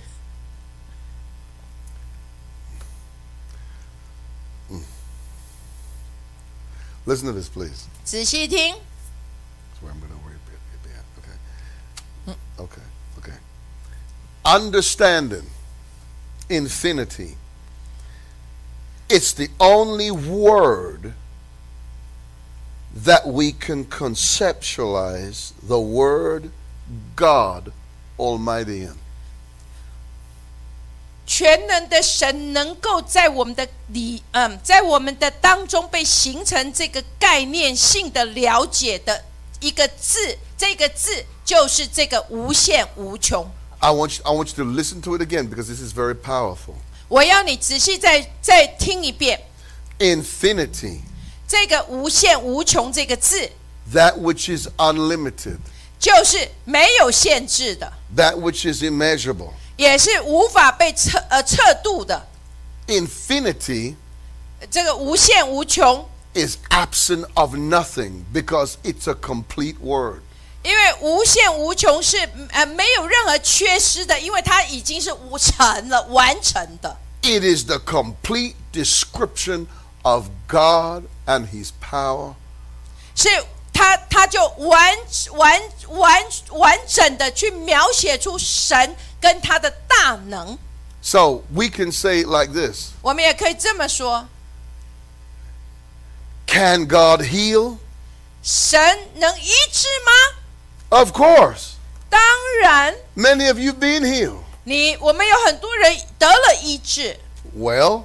S1: Listen to this, please.
S2: 仔细听。
S1: That's where I'm going to worry a bit. a bit. Okay. Okay. Okay. Understanding infinity. It's the only word that we can conceptualize the word God Almighty in.
S2: 全能的神能够在我们的里，嗯，在我们的当中被形成这个概念性的了解的一个字，这个字就是这个无限无穷。
S1: I want you, I want you to listen to it again because this is very powerful.
S2: 我要你仔细再再听一遍，
S1: Infinity,
S2: 这个无限无穷这个字，
S1: that which is unlimited,
S2: 就是没有限制的，
S1: that which is immeasurable.
S2: 也是无法被测呃测度的。
S1: Infinity
S2: 这个无限无穷，
S1: is absent of nothing because it's a complete word.
S2: 因为无限无穷是呃没有任何缺失的，因为它已经是无成了完成的。
S1: It is the complete description of God and His power.
S2: 是他他就完完完完整的去描写出神跟他的大能。
S1: So we can say it like this
S2: 我们也可以这么说：
S1: Can God heal?
S2: 神能医治吗？
S1: Of course.
S2: 当然，
S1: Many of you have been healed.
S2: 你我们有很多人得了医治，
S1: Well,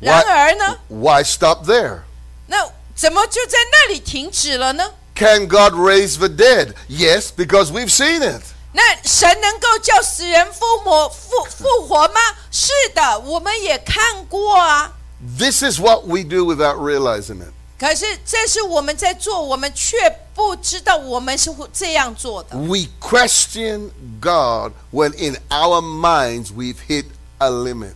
S2: 然而呢，
S1: why stop there?
S2: 那怎么就在那里停止了呢？
S1: Can God raise the dead? Yes, because we've seen it.
S2: 那神能够叫死人复活复复活吗？是的，我们也看过啊。
S1: This is what we do without realizing it.
S2: 可是这是我们在做，我们却不知道我们是会这样做的。
S1: We question God when in our minds we've hit a limit.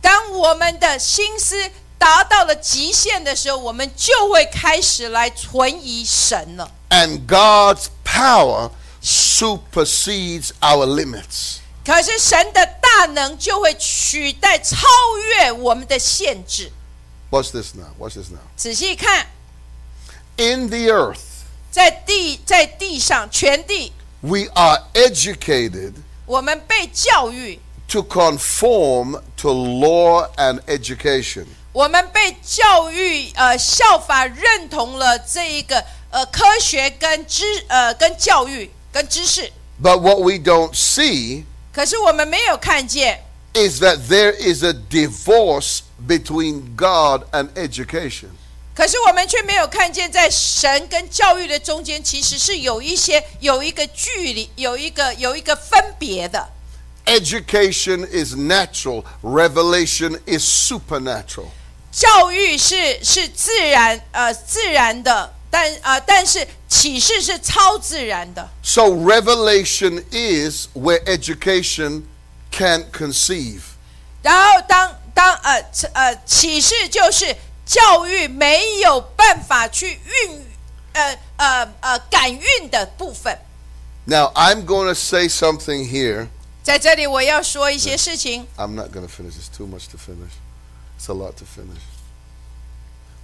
S2: 当我们的心思达到了极限的时候，我们就会开始来存疑神了。
S1: And God's power supersedes our limits.
S2: 可是神的大能就会取代、超越我们的限制。
S1: Watch this now. Watch this now.
S2: 仔细看，
S1: In the earth,
S2: 在地在地上全地，
S1: we are educated
S2: 我们被教育，
S1: to conform to law and education.
S2: 我们被教育呃效法认同了这一个呃科学跟知呃跟教育跟知识，
S1: But what we don't see
S2: 可是我们没有看见，
S1: is that there is a divorce between God and education.
S2: 可是我们却没有看见，在神跟教育的中间，其实是有一些有一个距离，有一个有一个分别的。
S1: Education is natural, revelation is supernatural.
S2: 教育是是自然呃自然的，但呃但是启示是超自然的，
S1: So, revelation is where education can't conceive.
S2: 然后当当呃启呃启示就是教育没有办法去运呃呃呃感孕的部分，
S1: Now, I'm going to say something here.
S2: 在这里我要说一些事情，
S1: I'm not going to finish. It's too much to finish. It's a lot to finish.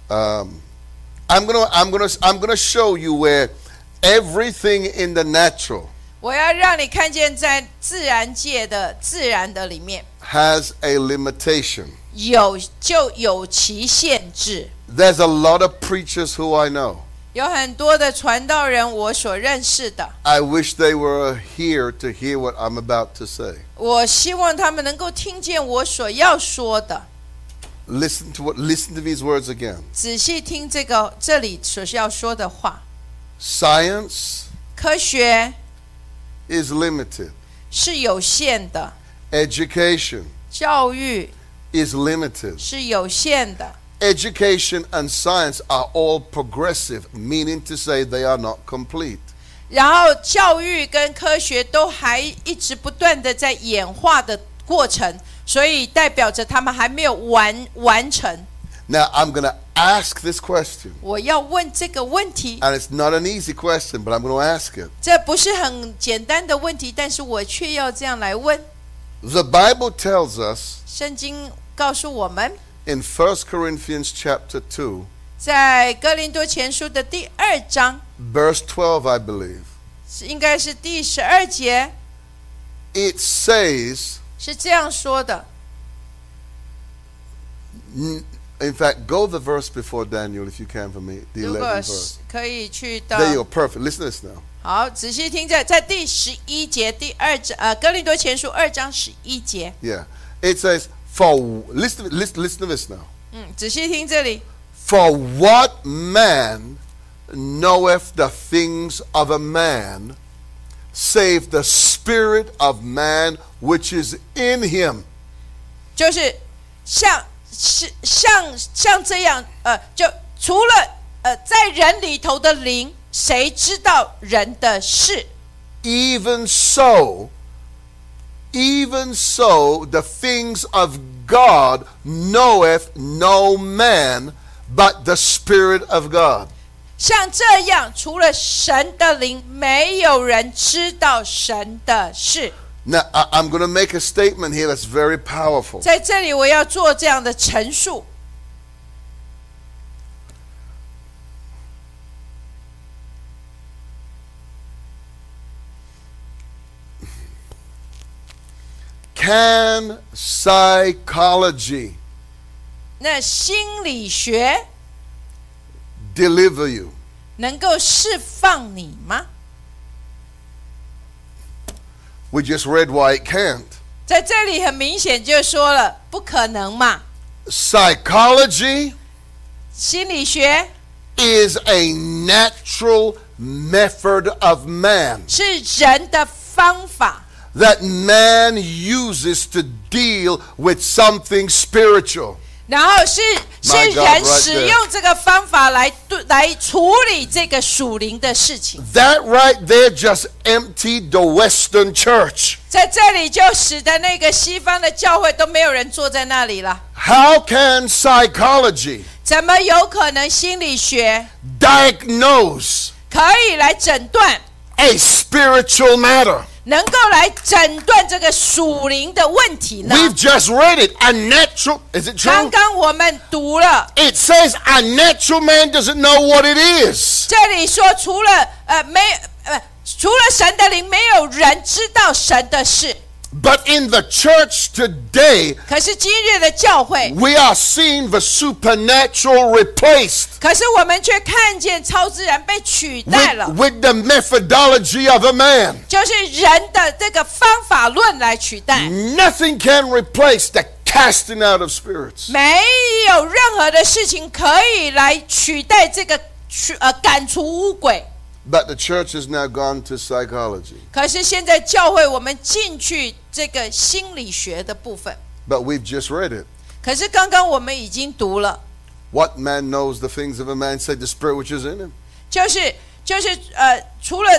S1: Um, I'm going to I'm going to I'm going to show you where everything in the natural
S2: 我要让你看见在自然界的自然的里面
S1: has a limitation.
S2: 有就有其限制，
S1: There's a lot of preachers who I know.
S2: 有很多的传道人我所认识的。
S1: I wish they were here to hear what I'm about to say.
S2: 我希望他们能够听见我所要说的，
S1: Listen to what listen to these words again.
S2: 仔细听这个这里所要说的话。
S1: Science
S2: 科学
S1: is limited.
S2: 是有限的，
S1: Education
S2: 教育
S1: is limited.
S2: 是有限的，
S1: Education and science are all progressive, meaning to say they are not complete.
S2: 然后教育跟科学都还一直不断的在演化的过程，所以代表着他们还没有完完成。
S1: Now, I'm going to ask this question,
S2: 我要问这个问题，
S1: and it's not an easy question, but I'm going to ask it.
S2: 这不是很简单的问题，但是我却要这样来问。
S1: The Bible tells us
S2: 圣经告诉我们，
S1: in 1 Corinthians chapter 2,
S2: 在哥林多前书的第二章，
S1: verse 12, I believe,
S2: 是应该是第十二节，
S1: it says,
S2: 是这样说的。
S1: n- in fact, go the verse before Daniel if you can for me, the
S2: 如果
S1: 11th
S2: 是
S1: verse.
S2: 可以去到
S1: There you are, perfect. Listen to this now.
S2: 好，仔细听着，在第十一节第二章，呃，哥林多前书二章十一节，
S1: Yeah. It says, for, listen, listen, listen to this now.
S2: 嗯，仔细听这里，
S1: For what man knoweth the things of a man, save the spirit of man which is in him?
S2: 就是像是像像这样，呃，就除了呃在人里头的灵，谁知道人的事？
S1: Even so, even so, the things of God knoweth no man but the Spirit of God.
S2: 像这样，除了神的灵，没有人知道神的事。
S1: Now, I- I'm going to make a statement here that's very powerful.
S2: 在这里，我要做这样的陈述：
S1: Can psychology
S2: 那心理学
S1: deliver you?
S2: 能够释放你吗？
S1: We just read why it can't.
S2: 在这里很明显就说了，不可能嘛！
S1: Psychology
S2: 心理学
S1: is a natural method of man
S2: 是人的方法，
S1: that man uses to deal with something spiritual.
S2: 然后是是
S1: My God,
S2: 人
S1: right
S2: 使
S1: there.
S2: 用这个方法来对来处理这个属灵的事情。
S1: That right there just emptied the Western church.
S2: 在这里就使得那个西方的教会都没有人坐在那里了。
S1: How can psychology
S2: 怎么有可能心理学
S1: diagnose
S2: 可以来诊断，
S1: a spiritual matter?
S2: 能够来诊断这个属灵的问题呢？
S1: We've just read it. A natural is it
S2: 刚
S1: true?
S2: 刚我们读了，
S1: It says a natural man doesn't know what it is.
S2: 这里说除了呃没呃除了神的灵，没有人知道神的事。
S1: But in the church today,
S2: 可是今日的教会，
S1: we are seeing the supernatural replaced
S2: 可是我们却看见超自然被取代
S1: with,
S2: 了，
S1: with the methodology of a man.
S2: 就是人的这个方法论来取代。
S1: Nothing can replace the casting out of spirits.
S2: 没有任何的事情可以来取代这个去呃赶除污鬼。
S1: But the church has now gone to psychology.
S2: 可是现在教会我们进去这个心理学的部分，
S1: But we've just read it.
S2: 可是刚刚我们已经读了，
S1: What man knows the things of a man, save the spirit which is in him?
S2: 就是就是呃，除了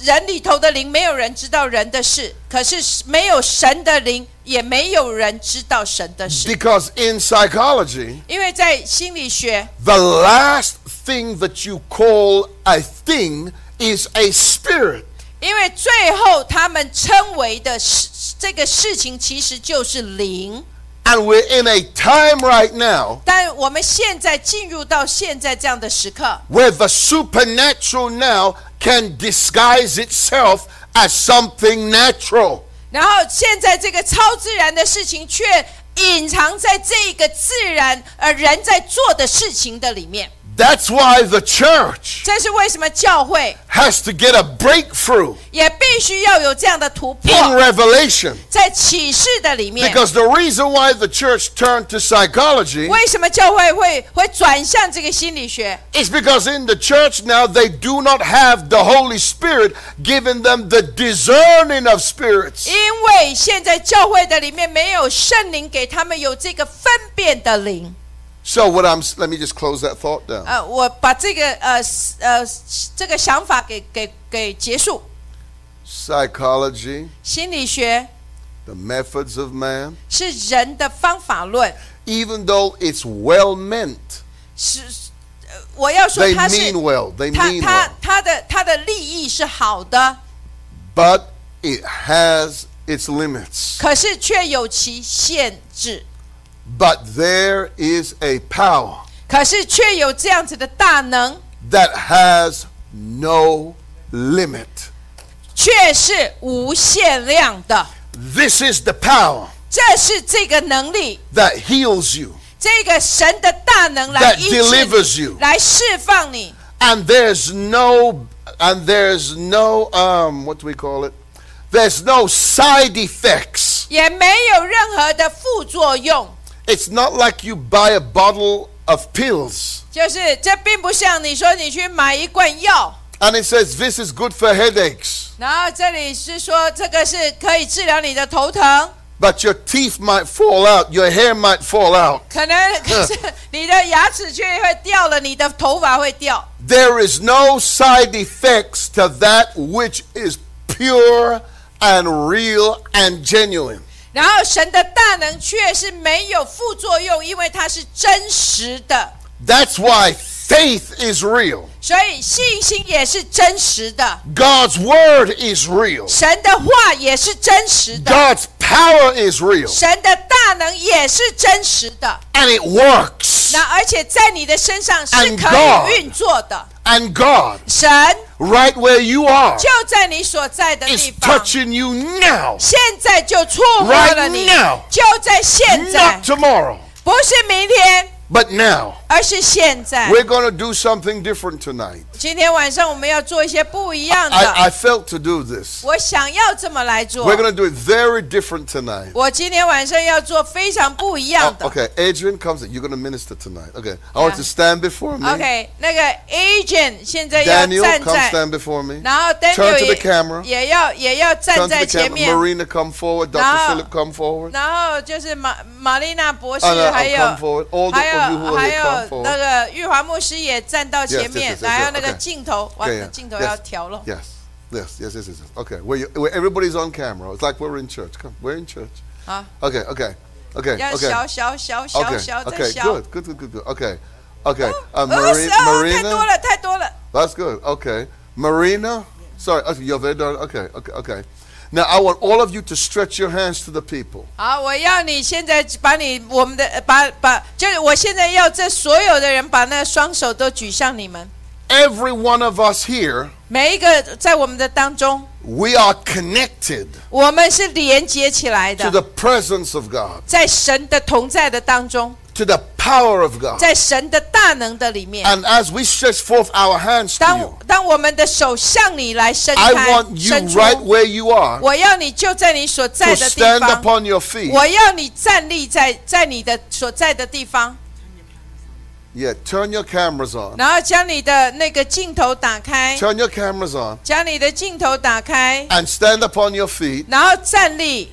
S2: 人里头的灵，没有人知道人的事；可是没有神的灵，也没有人知道神的事。
S1: Because in psychology,
S2: 因为在心理学，
S1: the last thing that you call a thing is a spirit.
S2: 因为最后他们称为的事，这个事情其实就是灵。
S1: And we're in a time right now
S2: 但我们现在进入到现在这样的时刻，
S1: where the supernatural now can disguise itself as something natural.
S2: 然后现在这个超自然的事情却隐藏在这个自然呃人在做的事情的里面。
S1: That's why the church
S2: 这是为什么教会
S1: has to get a breakthrough
S2: 也必须要有这样的突
S1: in
S2: 破，
S1: revelation.
S2: 在启示的里面。
S1: Because the reason why the church turned to psychology
S2: 为什么教会会会转向这个心理学？
S1: is because in the church now they do not have the Holy Spirit giving them the discerning of spirits.
S2: 因为现在教会的里面没有圣灵给他们有这个分辨的灵。
S1: So what I'm let me just close that thought down.
S2: 呃，我把这个呃呃这个想法给给给结束。
S1: Psychology,
S2: 心理学
S1: the methods of man,
S2: 是人的方法论，
S1: even though it's well meant,
S2: 是呃我要说
S1: they
S2: 它是
S1: mean well, they
S2: 它
S1: mean
S2: 它
S1: well,
S2: 它的它的利益是好的，
S1: but it has its limits.
S2: 可是却有其限制。
S1: But there is a power
S2: 可是却有这样子的大能，
S1: that has no limit.
S2: 却是无限量的。
S1: This is the power
S2: 这是这个能力，
S1: that heals you.
S2: 这个神的大能来
S1: That
S2: 医治
S1: delivers
S2: 你
S1: you.，
S2: 来释放你。
S1: and there's no and there's no um what do we call it there's no side effects
S2: 也没有任何的副作用，
S1: it's not like you buy a bottle of pills
S2: 就是这并不像你说你去买一罐药，
S1: and it says this is good for headaches
S2: 然后这里是说这个是可以治疗你的头疼，
S1: but your teeth might fall out your hair might fall out
S2: 可能 可是你的牙齿却会掉了，你的头发会掉，
S1: there is no side effects to that which is pure and real and genuine
S2: 然后神的大能却是没有副作用，因为它是真实的，
S1: that's why faith is real
S2: 所以信心也是真实的，
S1: god's word is real
S2: 神的话也是真实的，
S1: god's power is real
S2: 神的大能也是真实的。
S1: and it works.
S2: 那而且在你的身上是
S1: And
S2: 可以运作的，
S1: And God,
S2: 神
S1: right where you are,
S2: 就在你所在的
S1: is
S2: 地方，
S1: touching you now,
S2: 现在就触摸了你
S1: Right now，
S2: 就在现在
S1: not，tomorrow,
S2: 不是明天，
S1: but now.
S2: 而是现在。
S1: We're going to do something different tonight.
S2: 今天晚上我们要做一些不一样
S1: I,
S2: 的，
S1: I felt to do this.
S2: 我想要这么来做
S1: We're。going to do it very different tonight.
S2: 我今天晚上要做非常不一样
S1: Oh,
S2: 的。
S1: okay, Adrian comes in. You're going to minister tonight. Okay, I want you
S2: Yeah.
S1: to stand before me.
S2: OK，那个 agent 现在要
S1: Daniel,
S2: 站
S1: come
S2: 在，
S1: stand before me.
S2: 然后
S1: Turn to the
S2: Daniel
S1: camera.
S2: 也也要也要站
S1: Turn
S2: 在
S1: to the
S2: 前
S1: camera.
S2: 面。
S1: Marina, come forward. Dr.
S2: No.
S1: Philip, come forward.
S2: 然后就是玛玛丽娜博士
S1: Oh, no, I'll，
S2: 还有
S1: come forward. All the
S2: 还
S1: of you who
S2: 有
S1: are
S2: 还
S1: here, come
S2: 有
S1: forward.
S2: 那个玉华牧师也站到前
S1: Yes, yes,
S2: 面
S1: yes, yes,，
S2: 然后那个
S1: okay.
S2: 镜头，哇
S1: Yeah,，yeah.
S2: 镜头
S1: Yes.
S2: 要调了。
S1: Yes, yes, yes, yes, yes. yes. Okay, where, you, where everybody's on camera. It's like we're in church. Come, we're in church.
S2: 好，
S1: Okay, okay, okay,
S2: 要
S1: okay,
S2: 小小小小
S1: okay,
S2: 小再
S1: okay.
S2: 小。
S1: Good, good, good, good, good. Okay, okay. Uh,
S2: 哦，
S1: Mari-
S2: 是哦，太多
S1: Marina,
S2: 了，太多了。
S1: that's good. Okay, Marina. Sorry, okay, you're very darling. Okay, okay, okay. Now I want all of you to stretch your hands to the people.
S2: 好，我要你现在把你我们的呃把把，就是我现在要这所有的人把那双手都举向你们，
S1: Every one of us here,
S2: 每一个在我们的当中，
S1: we are connected
S2: 我们是连接起来
S1: to
S2: 的，
S1: the presence of God,
S2: 在神的同在的当中。
S1: to the power of God.
S2: 在神的大能的里面。
S1: And as we stretch forth our hands to
S2: 当
S1: you,
S2: 当我们的手向你来伸
S1: I
S2: 开
S1: want
S2: 伸
S1: you
S2: 出，
S1: right where you are
S2: 我要你就在你所在
S1: to
S2: 的地
S1: stand
S2: 方，
S1: upon your feet
S2: 我要你站立在在你的所在的地方，
S1: Yeah, turn your cameras on.
S2: 然后将你的那个镜头打开，
S1: Turn your cameras on
S2: 将你的镜头打开，
S1: and stand upon your feet.
S2: 然后站立。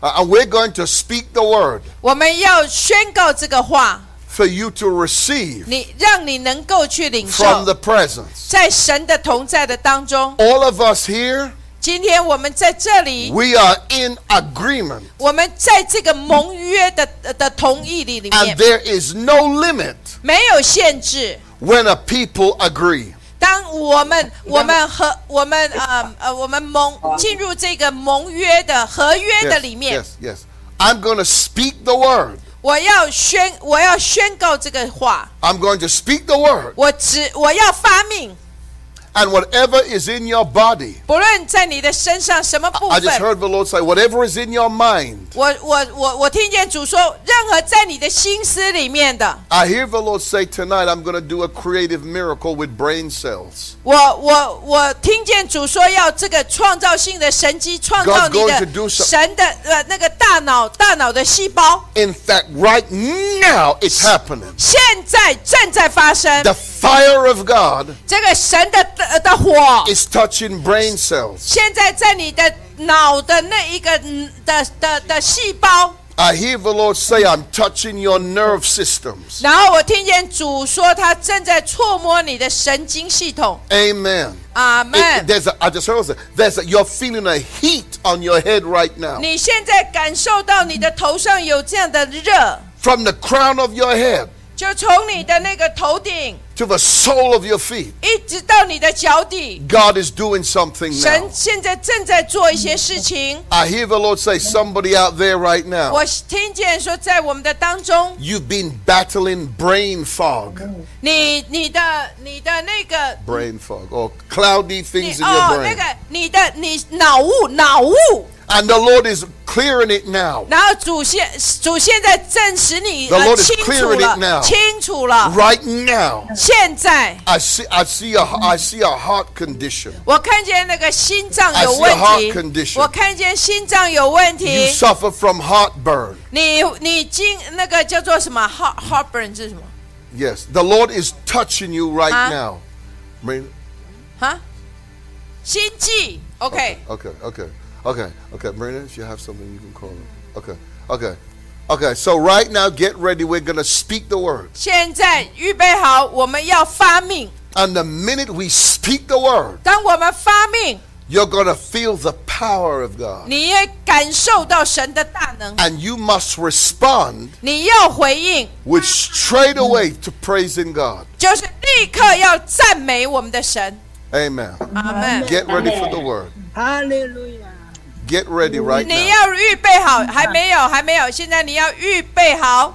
S1: Uh, and we're going to speak the word
S2: 我们要宣告这个话，
S1: for you to receive
S2: 你让你能够去领
S1: from
S2: 受
S1: the，presence.
S2: 在神的同在的当中。
S1: All of us here,
S2: 今天我们在这里，
S1: we are in agreement,
S2: 我们在这个盟约的呃的同意里里
S1: and
S2: 面，
S1: there is no limit
S2: 没有限制。
S1: when a people agree.
S2: 当我们我们和我们呃呃我们盟进入这个盟约的合约的
S1: Yes,
S2: 里面，
S1: yes, yes. I'm going to speak the word.
S2: 我要宣我要宣告这个话，
S1: I'm going to speak the word,
S2: 我只我要发命，
S1: and whatever is in your body,
S2: 不论在你的身上什么部
S1: I just
S2: 分，
S1: heard the Lord say, whatever is in your mind.
S2: 我我我我听见主说，任何在你的心思里面的，
S1: I hear the Lord say tonight, I'm going to do a creative miracle with brain cells.
S2: 我我我听见主说要这个创造性的神机创
S1: God's
S2: 造你
S1: going to do
S2: 的
S1: some-
S2: 神的呃那个大脑大脑的细胞，
S1: In fact, right now it's happening.
S2: 现在正在发生，
S1: The fire of God
S2: 这个神的呃的的火
S1: is touching brain cells.
S2: 现在在你的脑的那一个嗯的的的细胞。
S1: I hear the Lord say, I'm touching your nerve systems.
S2: 然后我听见主说，他正在触摸你的神经系统。
S1: Amen.
S2: 阿门。
S1: It- there's a, I just heard it. There's a, you're feeling a heat on your head right now.
S2: 你现在感受到你的头上有这样的热，
S1: From the crown of your head
S2: 就从你的那个头顶
S1: to the sole of your feet,
S2: 一直到你的脚底。
S1: God is doing something
S2: 神
S1: now.
S2: 现在正在做一些事情。
S1: I hear the Lord say, somebody out there right now.
S2: 我听见说，在我们的当中，
S1: You've been battling brain fog.
S2: 你、你的、你的那个
S1: Brain fog. Or cloudy
S2: 你
S1: things in your
S2: 哦，那
S1: brain.
S2: 个你的你脑雾脑雾，
S1: And the Lord is clearing it now.
S2: 然后主现主现在证实你
S1: The
S2: 呃
S1: Lord is
S2: 清楚
S1: clearing it now.
S2: 了，清楚了。
S1: Right now.
S2: 现在
S1: I see I see a I see a heart condition.
S2: 我看见那个心脏
S1: I
S2: 有
S1: see a
S2: 问
S1: heart
S2: 题，
S1: condition.
S2: 我看见心脏有问
S1: You
S2: 题。
S1: suffer from heartburn.
S2: 你你经那个叫做什么 heart heartburn 是什么
S1: Yes. The Lord is touching you right
S2: Huh?
S1: now. Brain-
S2: 啊？心悸，OK，
S1: Okay, okay, okay, okay. Marina, if you have something, you can call them. Okay, okay, okay. So right now, get ready. We're gonna speak the word,
S2: 现在预备好，我们要发命。
S1: and the minute we speak the word,
S2: 当我们发命，
S1: you're gonna feel the power of God,
S2: 你也感受到神的大能，
S1: and you must respond
S2: 你要回应，
S1: with straight away to praising God.
S2: 就是立刻要赞美我们的神。
S1: Amen.
S2: 阿门。
S1: Get ready for the word.
S3: Hallelujah.
S1: Get ready right
S2: 你
S1: now.
S2: 要预备好，还没有，还没有，现在你要预备好。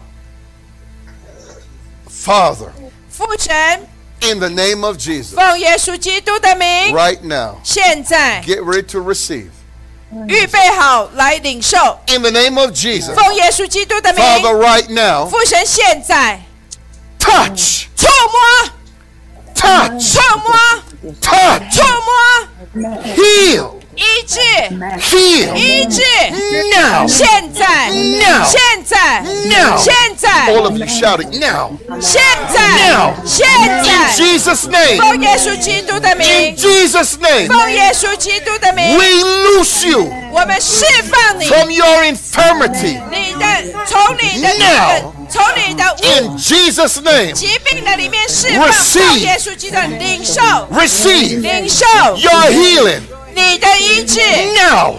S1: Father,
S2: 父神，
S1: in the name of Jesus,
S2: 奉耶稣基督的名，
S1: right now,
S2: 现在
S1: get ready to receive.
S2: 预备好来领受。
S1: In the name of Jesus,
S2: 奉耶稣基督的名，
S1: Father, right now,
S2: 父神现在
S1: touch,
S2: 触摸、
S1: touch.
S2: 触摸、
S1: touch,
S2: 触摸、
S1: heal,
S2: 医治、
S1: heal.
S2: 医治。
S1: Now,
S2: 现在，
S1: No
S2: 现在
S1: No
S2: 现在，
S1: all of you shouting now.
S2: 现在
S1: No，
S2: 现
S1: In
S2: 在，
S1: Jesus' name,
S2: 奉耶稣基督的
S1: in
S2: 名，
S1: Jesus' name,
S2: 奉耶稣基督的名，
S1: we loose you
S2: 我们释放你，
S1: from your infirmity.
S2: 你的从你的那个
S1: No，
S2: 从你的无
S1: In Jesus' name,
S2: 疾病的里面释放，
S1: Receive
S2: 奉耶稣基督的领受，
S1: receive
S2: 领受
S1: your healing
S2: 你的医治，
S1: now.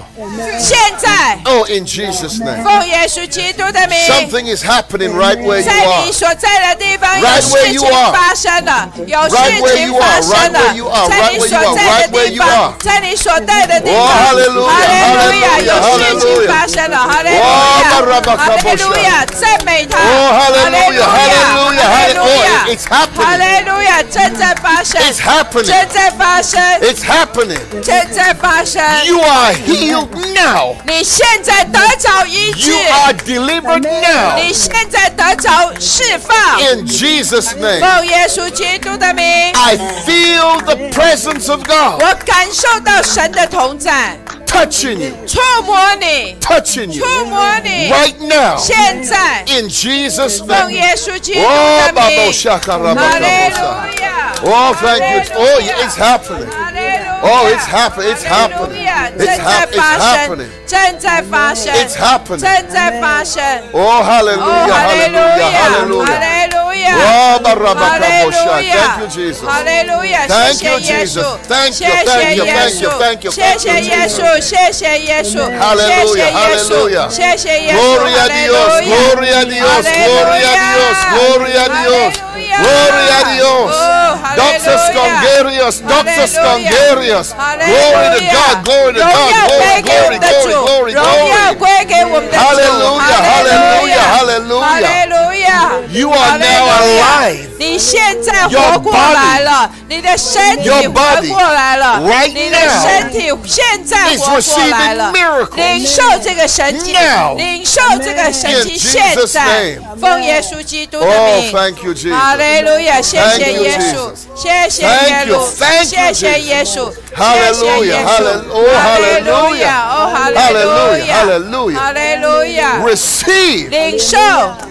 S2: 现在，
S1: Oh, in Jesus' name.
S2: 奉耶稣基督的名。
S1: Something is happening right where you
S2: 在
S1: are.
S2: 你所在的地方
S1: Right
S2: 有
S1: where
S2: 事
S1: you
S2: 情
S1: are.
S2: 发生了，有事
S1: Right where
S2: 情
S1: you are.
S2: 发生
S1: Right where you are.
S2: 了，在
S1: Right
S2: 你
S1: where
S2: 所
S1: you are.
S2: 在
S1: Right
S2: 的
S1: where
S2: 地
S1: you are.
S2: 方，在你所在的地方，
S1: Oh, hallelujah,
S2: 哈利路亚，
S1: hallelujah,
S2: 有事情
S1: hallelujah
S2: 发生了，哈利
S1: Oh,
S2: 路
S1: Rabba
S2: 亚，哈利
S1: Kabosha
S2: 路亚，赞美他，
S1: Oh, hallelujah,
S2: 哈利
S1: hallelujah,
S2: 路
S1: hallelujah.
S2: 亚
S1: Oh, it's happening.
S2: 哈利路亚，正在发生，
S1: It's happening.
S2: 正在发生，
S1: It's happening.
S2: 正在发生，
S1: You are healed now.
S2: 你现在得着医治
S1: You，are delivered now.
S2: 你现在得着释放。
S1: In Jesus' name.
S2: 奉耶稣基督的名，
S1: I feel the presence of God.
S2: 我感受到神的同在，
S1: touching you,
S2: 触摸你，
S1: touching you
S2: 触摸你，
S1: right now
S2: 现在，
S1: in Jesus'
S2: 奉
S1: name. Oh,
S2: 耶稣基督
S1: 哦
S2: 的
S1: 巴
S2: 名
S1: 布夏卡拉，巴
S2: 哈
S1: 卡
S2: 利
S1: 布萨
S2: 路亚，
S1: Oh, thank you. Oh, yeah, it's happening.
S2: 哈利路亚
S1: Oh, it's happen- it's
S2: 哈利路亚
S1: happening.
S2: 正
S1: It's
S2: 在
S1: hap- it's
S2: 发生
S1: happening.，
S2: 正在发生，
S1: It's happening.
S2: 正在发生。
S1: Oh,
S2: 哦，
S1: hallelujah,
S2: 哈利路
S1: hallelujah,
S2: 亚，哈
S1: hallelujah.
S2: 利路亚，
S1: Oh, barabaka
S2: 哈利路
S1: bosha.
S2: 亚
S1: Thank you, Jesus.
S2: 哈利路亚，谢
S1: Thank
S2: 谢
S1: you,
S2: 耶稣
S1: Jesus. Thank you,
S2: 谢谢
S1: thank you,
S2: 耶
S1: thank you, thank
S2: 稣，
S1: you,
S2: 谢
S1: thank
S2: 谢
S1: you,
S2: 耶
S1: Jesus.
S2: 稣，谢谢耶稣，谢
S1: Hallelujah,
S2: 谢耶稣，
S1: hallelujah.
S2: 谢谢耶稣，
S1: Gloria a Dios,
S2: 哈利路亚
S1: gloria a Dios, gloria a Dios, gloria a Dios,
S2: Aleluya.
S1: gloria a Dios.
S2: Oh,
S1: Doxos
S2: aleluya.
S1: congerios, doxos
S2: Aleluya.
S1: congerios. Glory to
S2: Aleluya.
S1: God, glory to
S2: 荣
S1: God,
S2: 耀
S1: glory,
S2: 归给我
S1: glory,
S2: 们的
S1: glory,
S2: 主，
S1: glory,
S2: 荣耀
S1: glory.
S2: 归给我们的主。
S1: Hallelujah, hallelujah,
S2: 哈
S1: hallelujah.
S2: 利路亚。
S1: You are now alive.
S2: 你现在
S1: Your
S2: 活过来了，你的身体
S1: Your
S2: 活
S1: body
S2: 过来了
S1: right，
S2: 你的
S1: now
S2: 身体现在
S1: is
S2: 活过来
S1: receiving
S2: 了
S1: miracles，
S2: 领受这个神迹
S1: now，
S2: 领受这个神
S1: In
S2: 迹，
S1: Jesus'
S2: 现在
S1: name
S2: 奉耶稣基督的
S1: Oh,
S2: 名。
S1: thank you, Jesus.
S2: 哈利路亚！谢
S1: Thank
S2: 谢
S1: you,
S2: 耶稣
S1: Jesus.，
S2: 谢谢
S1: Thank
S2: 耶
S1: you,
S2: 稣，
S1: thank you,
S2: 谢谢耶稣，谢谢
S1: Hallelujah,
S2: 耶
S1: hallel-
S2: 稣，
S1: oh,
S2: 哈利路亚，哦，哈利路
S1: Hallelujah,
S2: 亚，
S1: hallelujah.
S2: 哈利路亚，
S1: Receive,
S2: 领受，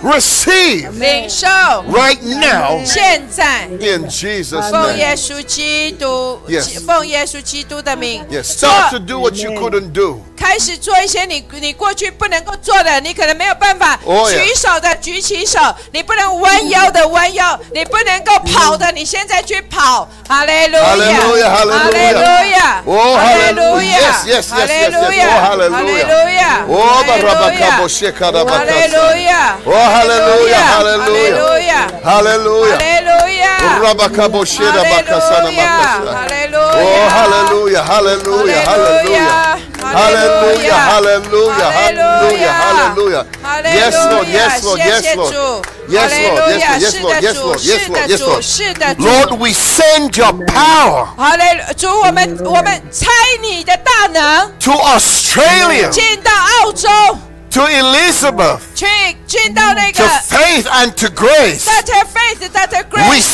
S1: receive
S2: 领受，
S1: right now
S2: 现在
S1: in Jesus'
S2: 奉
S1: name.
S2: 耶稣基督
S1: Yes.，
S2: 奉耶稣基督的名，
S1: Yes,
S2: 做
S1: start to do what you couldn't do.
S2: 开始做一些你你过去不能够做的，你可能没有办法
S1: Oh, yeah.
S2: 举手的举起手，你不能弯腰的弯腰，你不能够跑
S1: Mm
S2: 的，你现在去跑，哈利路亚，
S1: Hallelujah,
S2: 哈
S1: hallelujah.
S2: 利路亚，
S1: Oh,
S2: 哈利
S1: hallelujah.
S2: 路亚，
S1: Yes, yes, yes,
S2: 哈
S1: yes,
S2: 利
S1: yes.
S2: 路亚，
S1: Oh, hallelujah.
S2: 哈利路亚，
S1: Oh,
S2: 哈利路
S1: barabaka
S2: 亚
S1: bosheka
S2: 哈利
S1: rabakasa.
S2: 路亚，
S1: Oh, hallelujah,
S2: 哈利
S1: hallelujah.
S2: 路亚，哈
S1: Hallelujah.
S2: 利路亚，
S1: Rabaka bosheda
S2: 哈
S1: bakasa
S2: 利路亚，哈
S1: namakasa.
S2: 利路亚，
S1: Oh, hallelujah, hallelujah, hallelujah. Hallelujah, hallelujah, hallelujah, hallelujah. Yes, Lord, yes, Lord, yes, Lord. Yes, Lord, yes, Lord, yes, Lord, yes, Lord, yes, Lord, yes,
S2: 是的，主，
S1: Lord. Lord, we send your power
S2: 好嘞，主，我们我们猜你的大能，
S1: to Australia,
S2: 进到澳洲，
S1: to Elizabeth,
S2: 去进到那
S1: to
S2: 个
S1: faith and to grace.
S2: Dr. Faith、Dr.
S1: We
S2: Grace，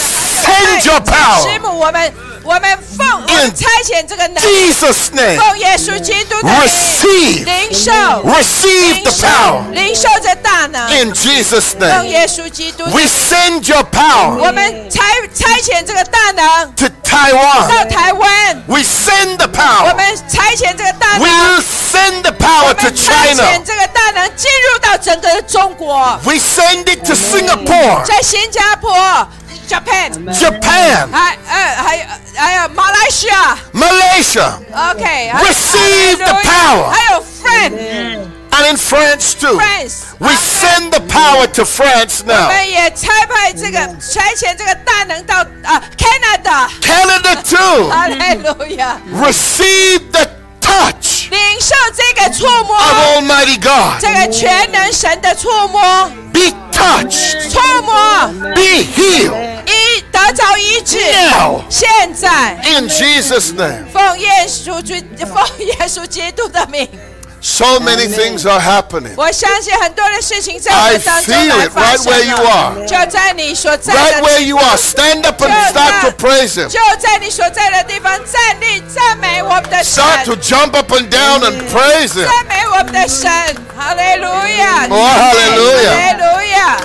S1: send your
S2: 师
S1: power.
S2: 母，我们我们奉我们差遣这个能，
S1: Jesus' name.
S2: 奉耶稣基督的名，
S1: Receive
S2: 领受，
S1: Receive
S2: 领
S1: the
S2: 受，
S1: power
S2: 领受这大能，
S1: in Jesus'
S2: 奉
S1: name.
S2: 耶稣基督的
S1: We send your power
S2: 我们差差遣这个大能
S1: to Taiwan.
S2: 到台湾，
S1: We send the
S2: 我
S1: power.
S2: 们差遣这个大
S1: We
S2: 能，
S1: send the power
S2: 我
S1: to
S2: 们差
S1: China.
S2: 遣这个大能进入到整个中国，
S1: We send it to Singapore,
S2: 在新加坡 （Japan），
S1: Japan,
S2: 还呃还有还有马来西亚
S1: Malaysia,
S2: （OK），还有
S1: Receive the
S2: 还有
S1: power
S2: 还有 France，
S1: and in France too.
S2: France.
S1: We send the power to France
S2: 我
S1: now.
S2: 们也差派这个
S1: 嗯
S2: 差遣这个大能到啊 Canada，
S1: Canada too.
S2: 哈利路 亚，
S1: Receive the touch
S2: 领受这个触
S1: of
S2: 摸，
S1: Almighty God.
S2: 这个全能神的触摸。
S1: Be touched.
S2: 触摸，
S1: Be healed
S2: 医得着医治。
S1: now.
S2: 现在
S1: In Jesus' name.
S2: 奉耶稣基奉耶稣基督的名，
S1: So many things are happening.
S2: 我相信很多的事情在我
S1: I
S2: 们当中
S1: feel
S2: 来
S1: it
S2: 发
S1: right
S2: 生
S1: where you
S2: 了
S1: are.，
S2: 就在你所在
S1: Right
S2: 的
S1: where
S2: 地
S1: you are, stand up and start to praise Him.
S2: 就在你所在的地方站立赞美我们的神，
S1: Start to jump up and down and praise Him.
S2: 赞美我们的神，哈利路亚，
S1: Oh, hallelujah.
S2: 哈利路亚，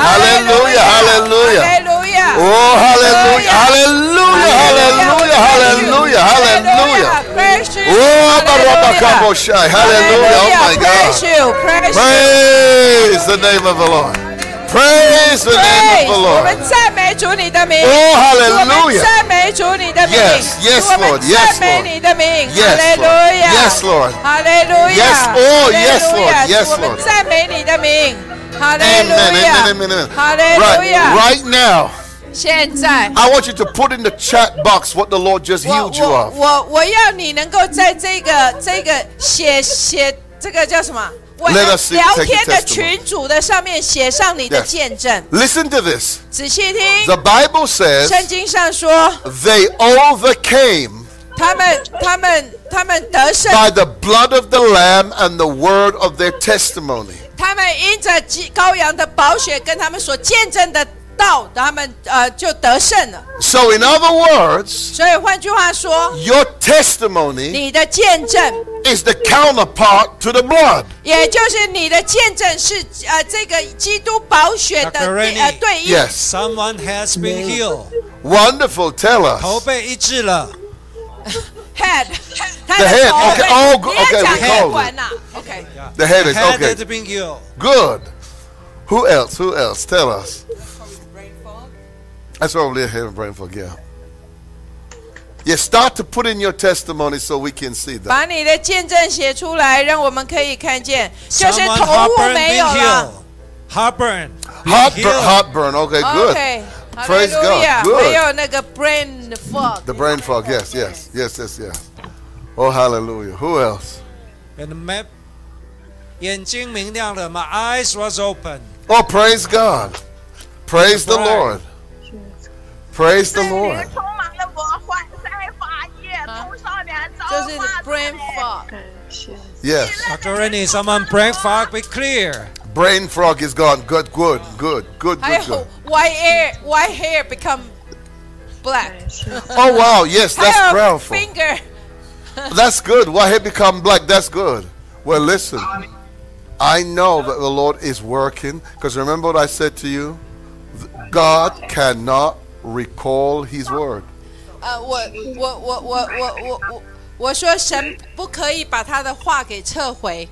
S1: Hallelujah,
S2: 哈利
S1: hallelujah.
S2: 路亚
S1: Oh,。hallelujah, hallelujah, hallelujah, hallelujah, hallelujah.
S2: Praise you.
S1: Oh, Barabakaboshai, hallelujah, oh my
S2: Praise
S1: God.
S2: you. Praise you.
S1: Praise the name of the Lord. Praise the name of
S2: Praise.
S1: the
S2: 我
S1: Lord.
S2: 们赞美主你的名。
S1: Oh,
S2: 我们
S1: hallelujah.
S2: 赞美主你的名。
S1: Yes, yes,
S2: 我们
S1: Lord, yes,
S2: 赞美你的名。
S1: Yes,
S2: 哈
S1: Lord.
S2: 利路亚。
S1: Yes, Lord.
S2: 哈利路亚。
S1: Yes, oh, yes,
S2: 哈利路亚
S1: Lord. Yes,
S2: 我们
S1: Lord.
S2: 赞美你的名。哈利
S1: Amen,
S2: 路
S1: amen, amen,
S2: 亚。
S1: amen.
S2: 哈利路
S1: Right,
S2: 亚。
S1: right now.
S2: 现在。
S1: I want you to put in the chat box what the Lord just
S2: 我
S1: healed you
S2: 我
S1: of.
S2: 我我要你能够在这个这个写写这个叫什么？我
S1: Let us see-
S2: 聊
S1: take
S2: 天
S1: the
S2: 的
S1: testimony.
S2: 群组的上面写上你的
S1: Yes.
S2: 见证，
S1: Listen to this.
S2: 仔细听。
S1: The Bible says
S2: 圣经上说，
S1: they overcame
S2: 他们他们他们得胜，
S1: by the blood of the Lamb and the word of their testimony.
S2: 他们因着基羔羊的宝血跟他们所见证的道，他们呃就得胜了。
S1: So, in other words,
S2: 所以换句话说，
S1: your testimony
S2: 你的见证，
S1: is the counterpart to the blood.
S2: 也就是你的见证是呃这个基督宝血的对
S3: Dr. Rennie
S2: 呃对应。
S1: Yes.
S3: Someone has been healed，
S1: Wonderful. Tell
S3: 头
S1: us.
S3: 被医治了。
S2: head，他
S1: The
S2: 的
S1: head,
S2: 头
S1: okay, all go-
S2: 你要
S1: okay,
S2: 讲
S1: we
S2: 血
S1: call
S2: 管呐、OK，
S1: The head is
S3: Head
S1: okay.
S3: has been healed。
S1: Good. Who else? Who else? Tell us. That's probably a head and brain fog. Yeah. Yeah. Start to put in your testimony so we can see that.
S2: 把你的见证写出来，让我们可以看见，就是头
S3: Someone
S2: 部
S3: heartburn
S2: 没有
S3: been
S2: 了。
S3: healed。Heartburn
S1: Heartburn.
S3: healed.
S1: Heartburn. Okay. Good.
S2: OK，
S1: Praise God.
S2: 哈利路
S1: Good.
S2: 亚没有那个 brain fog。
S1: The brain fog. Yes. Yes. Yes. Yes. Yes. Oh, hallelujah. Who else?
S3: and my 眼睛明亮了，My eyes was open。
S1: Oh, praise God. Praise the
S3: Right.
S1: Lord. Praise the
S4: 对于
S1: Lord.
S4: 充满了魔幻，在发液，头上面长
S2: 啊就是
S4: 发
S2: brain
S4: 财
S2: fog，
S5: 感谢
S1: Yes.
S3: Dr. Rennie, someone brain fog be clear.
S1: Brain fog is gone. Good, good, good, good,
S2: 还
S1: good,
S2: 有
S1: good.
S2: white hair white hair become black，
S5: 感谢
S1: Oh wow, yes,
S2: 还
S1: that's
S2: 有
S1: powerful.
S2: finger
S1: That's good. Why he become black? That's good. Well, listen, I know that the Lord is working because remember what I said to you. Th- God cannot recall His word.
S2: 呃，我我我我我我我我说神不可以把他的话给撤回，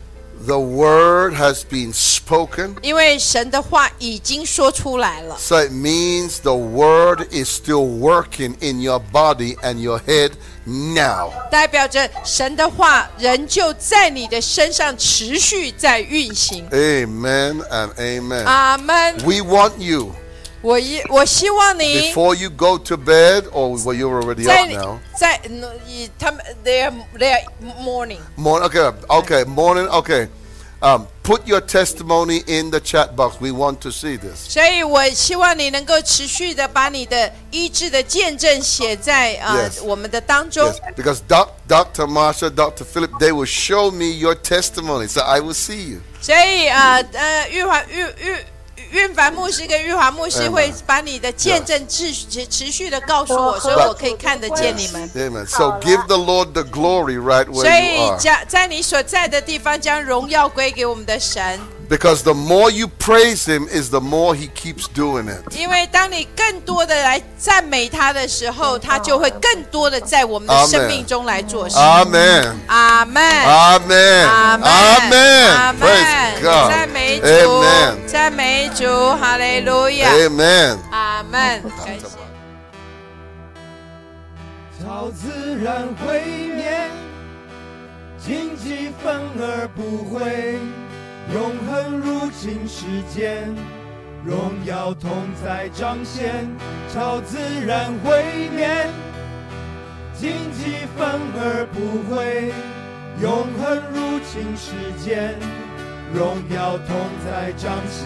S1: The word has been spoken,
S2: 因为神的话已经说出来了，
S1: so it means the word is still working in your body and your head now.
S2: 代表着神的话仍旧在你的身上持续在运行。
S1: Amen and amen.
S2: 阿门。
S1: We want you.
S2: 我一我希望你
S1: Before you go to bed, or well, you're already
S2: 在
S1: up now.
S2: 在嗯以他们 their their morning。
S1: Morning, okay, okay, morning, okay. Um, put your testimony in the chat box. We want to see this.
S2: 所以我希望你能够持续的把你的医治的见证写在啊、呃
S1: Yes.
S2: 我们的当中。
S1: Yes, because doc, Dr. Marsha, Dr. Philip, they will show me your testimony, so I will see you.
S2: 所以啊呃，玉华玉玉。运凡牧师跟玉华牧师会把你的见证持持持续的告诉我，所以我可以看得见你们。
S1: Amen. So give the Lord the glory right
S2: 所
S1: where you
S2: 以
S1: are.
S2: 将在你所在的地方将荣耀归给我们的神，
S1: Because the more you praise Him, is the more He keeps doing it.
S2: 因为当你更多的来赞美他的时候，他就会更多的在我们的
S1: Amen
S2: 生命中来做事。
S1: Amen.
S2: 阿门。
S1: Amen.
S2: 阿门，阿
S1: Amen.
S2: 门
S1: Praise，God.
S2: 赞美主
S1: Amen.，
S2: 赞美主，哈利路亚，
S1: Amen.
S2: 阿门，感谢。
S6: 超自然毁灭，荆棘反而不会，永恒入侵世间，荣耀同在彰显，超自然毁灭，荆棘反而不会，永恒入侵世间，荣耀同在彰显。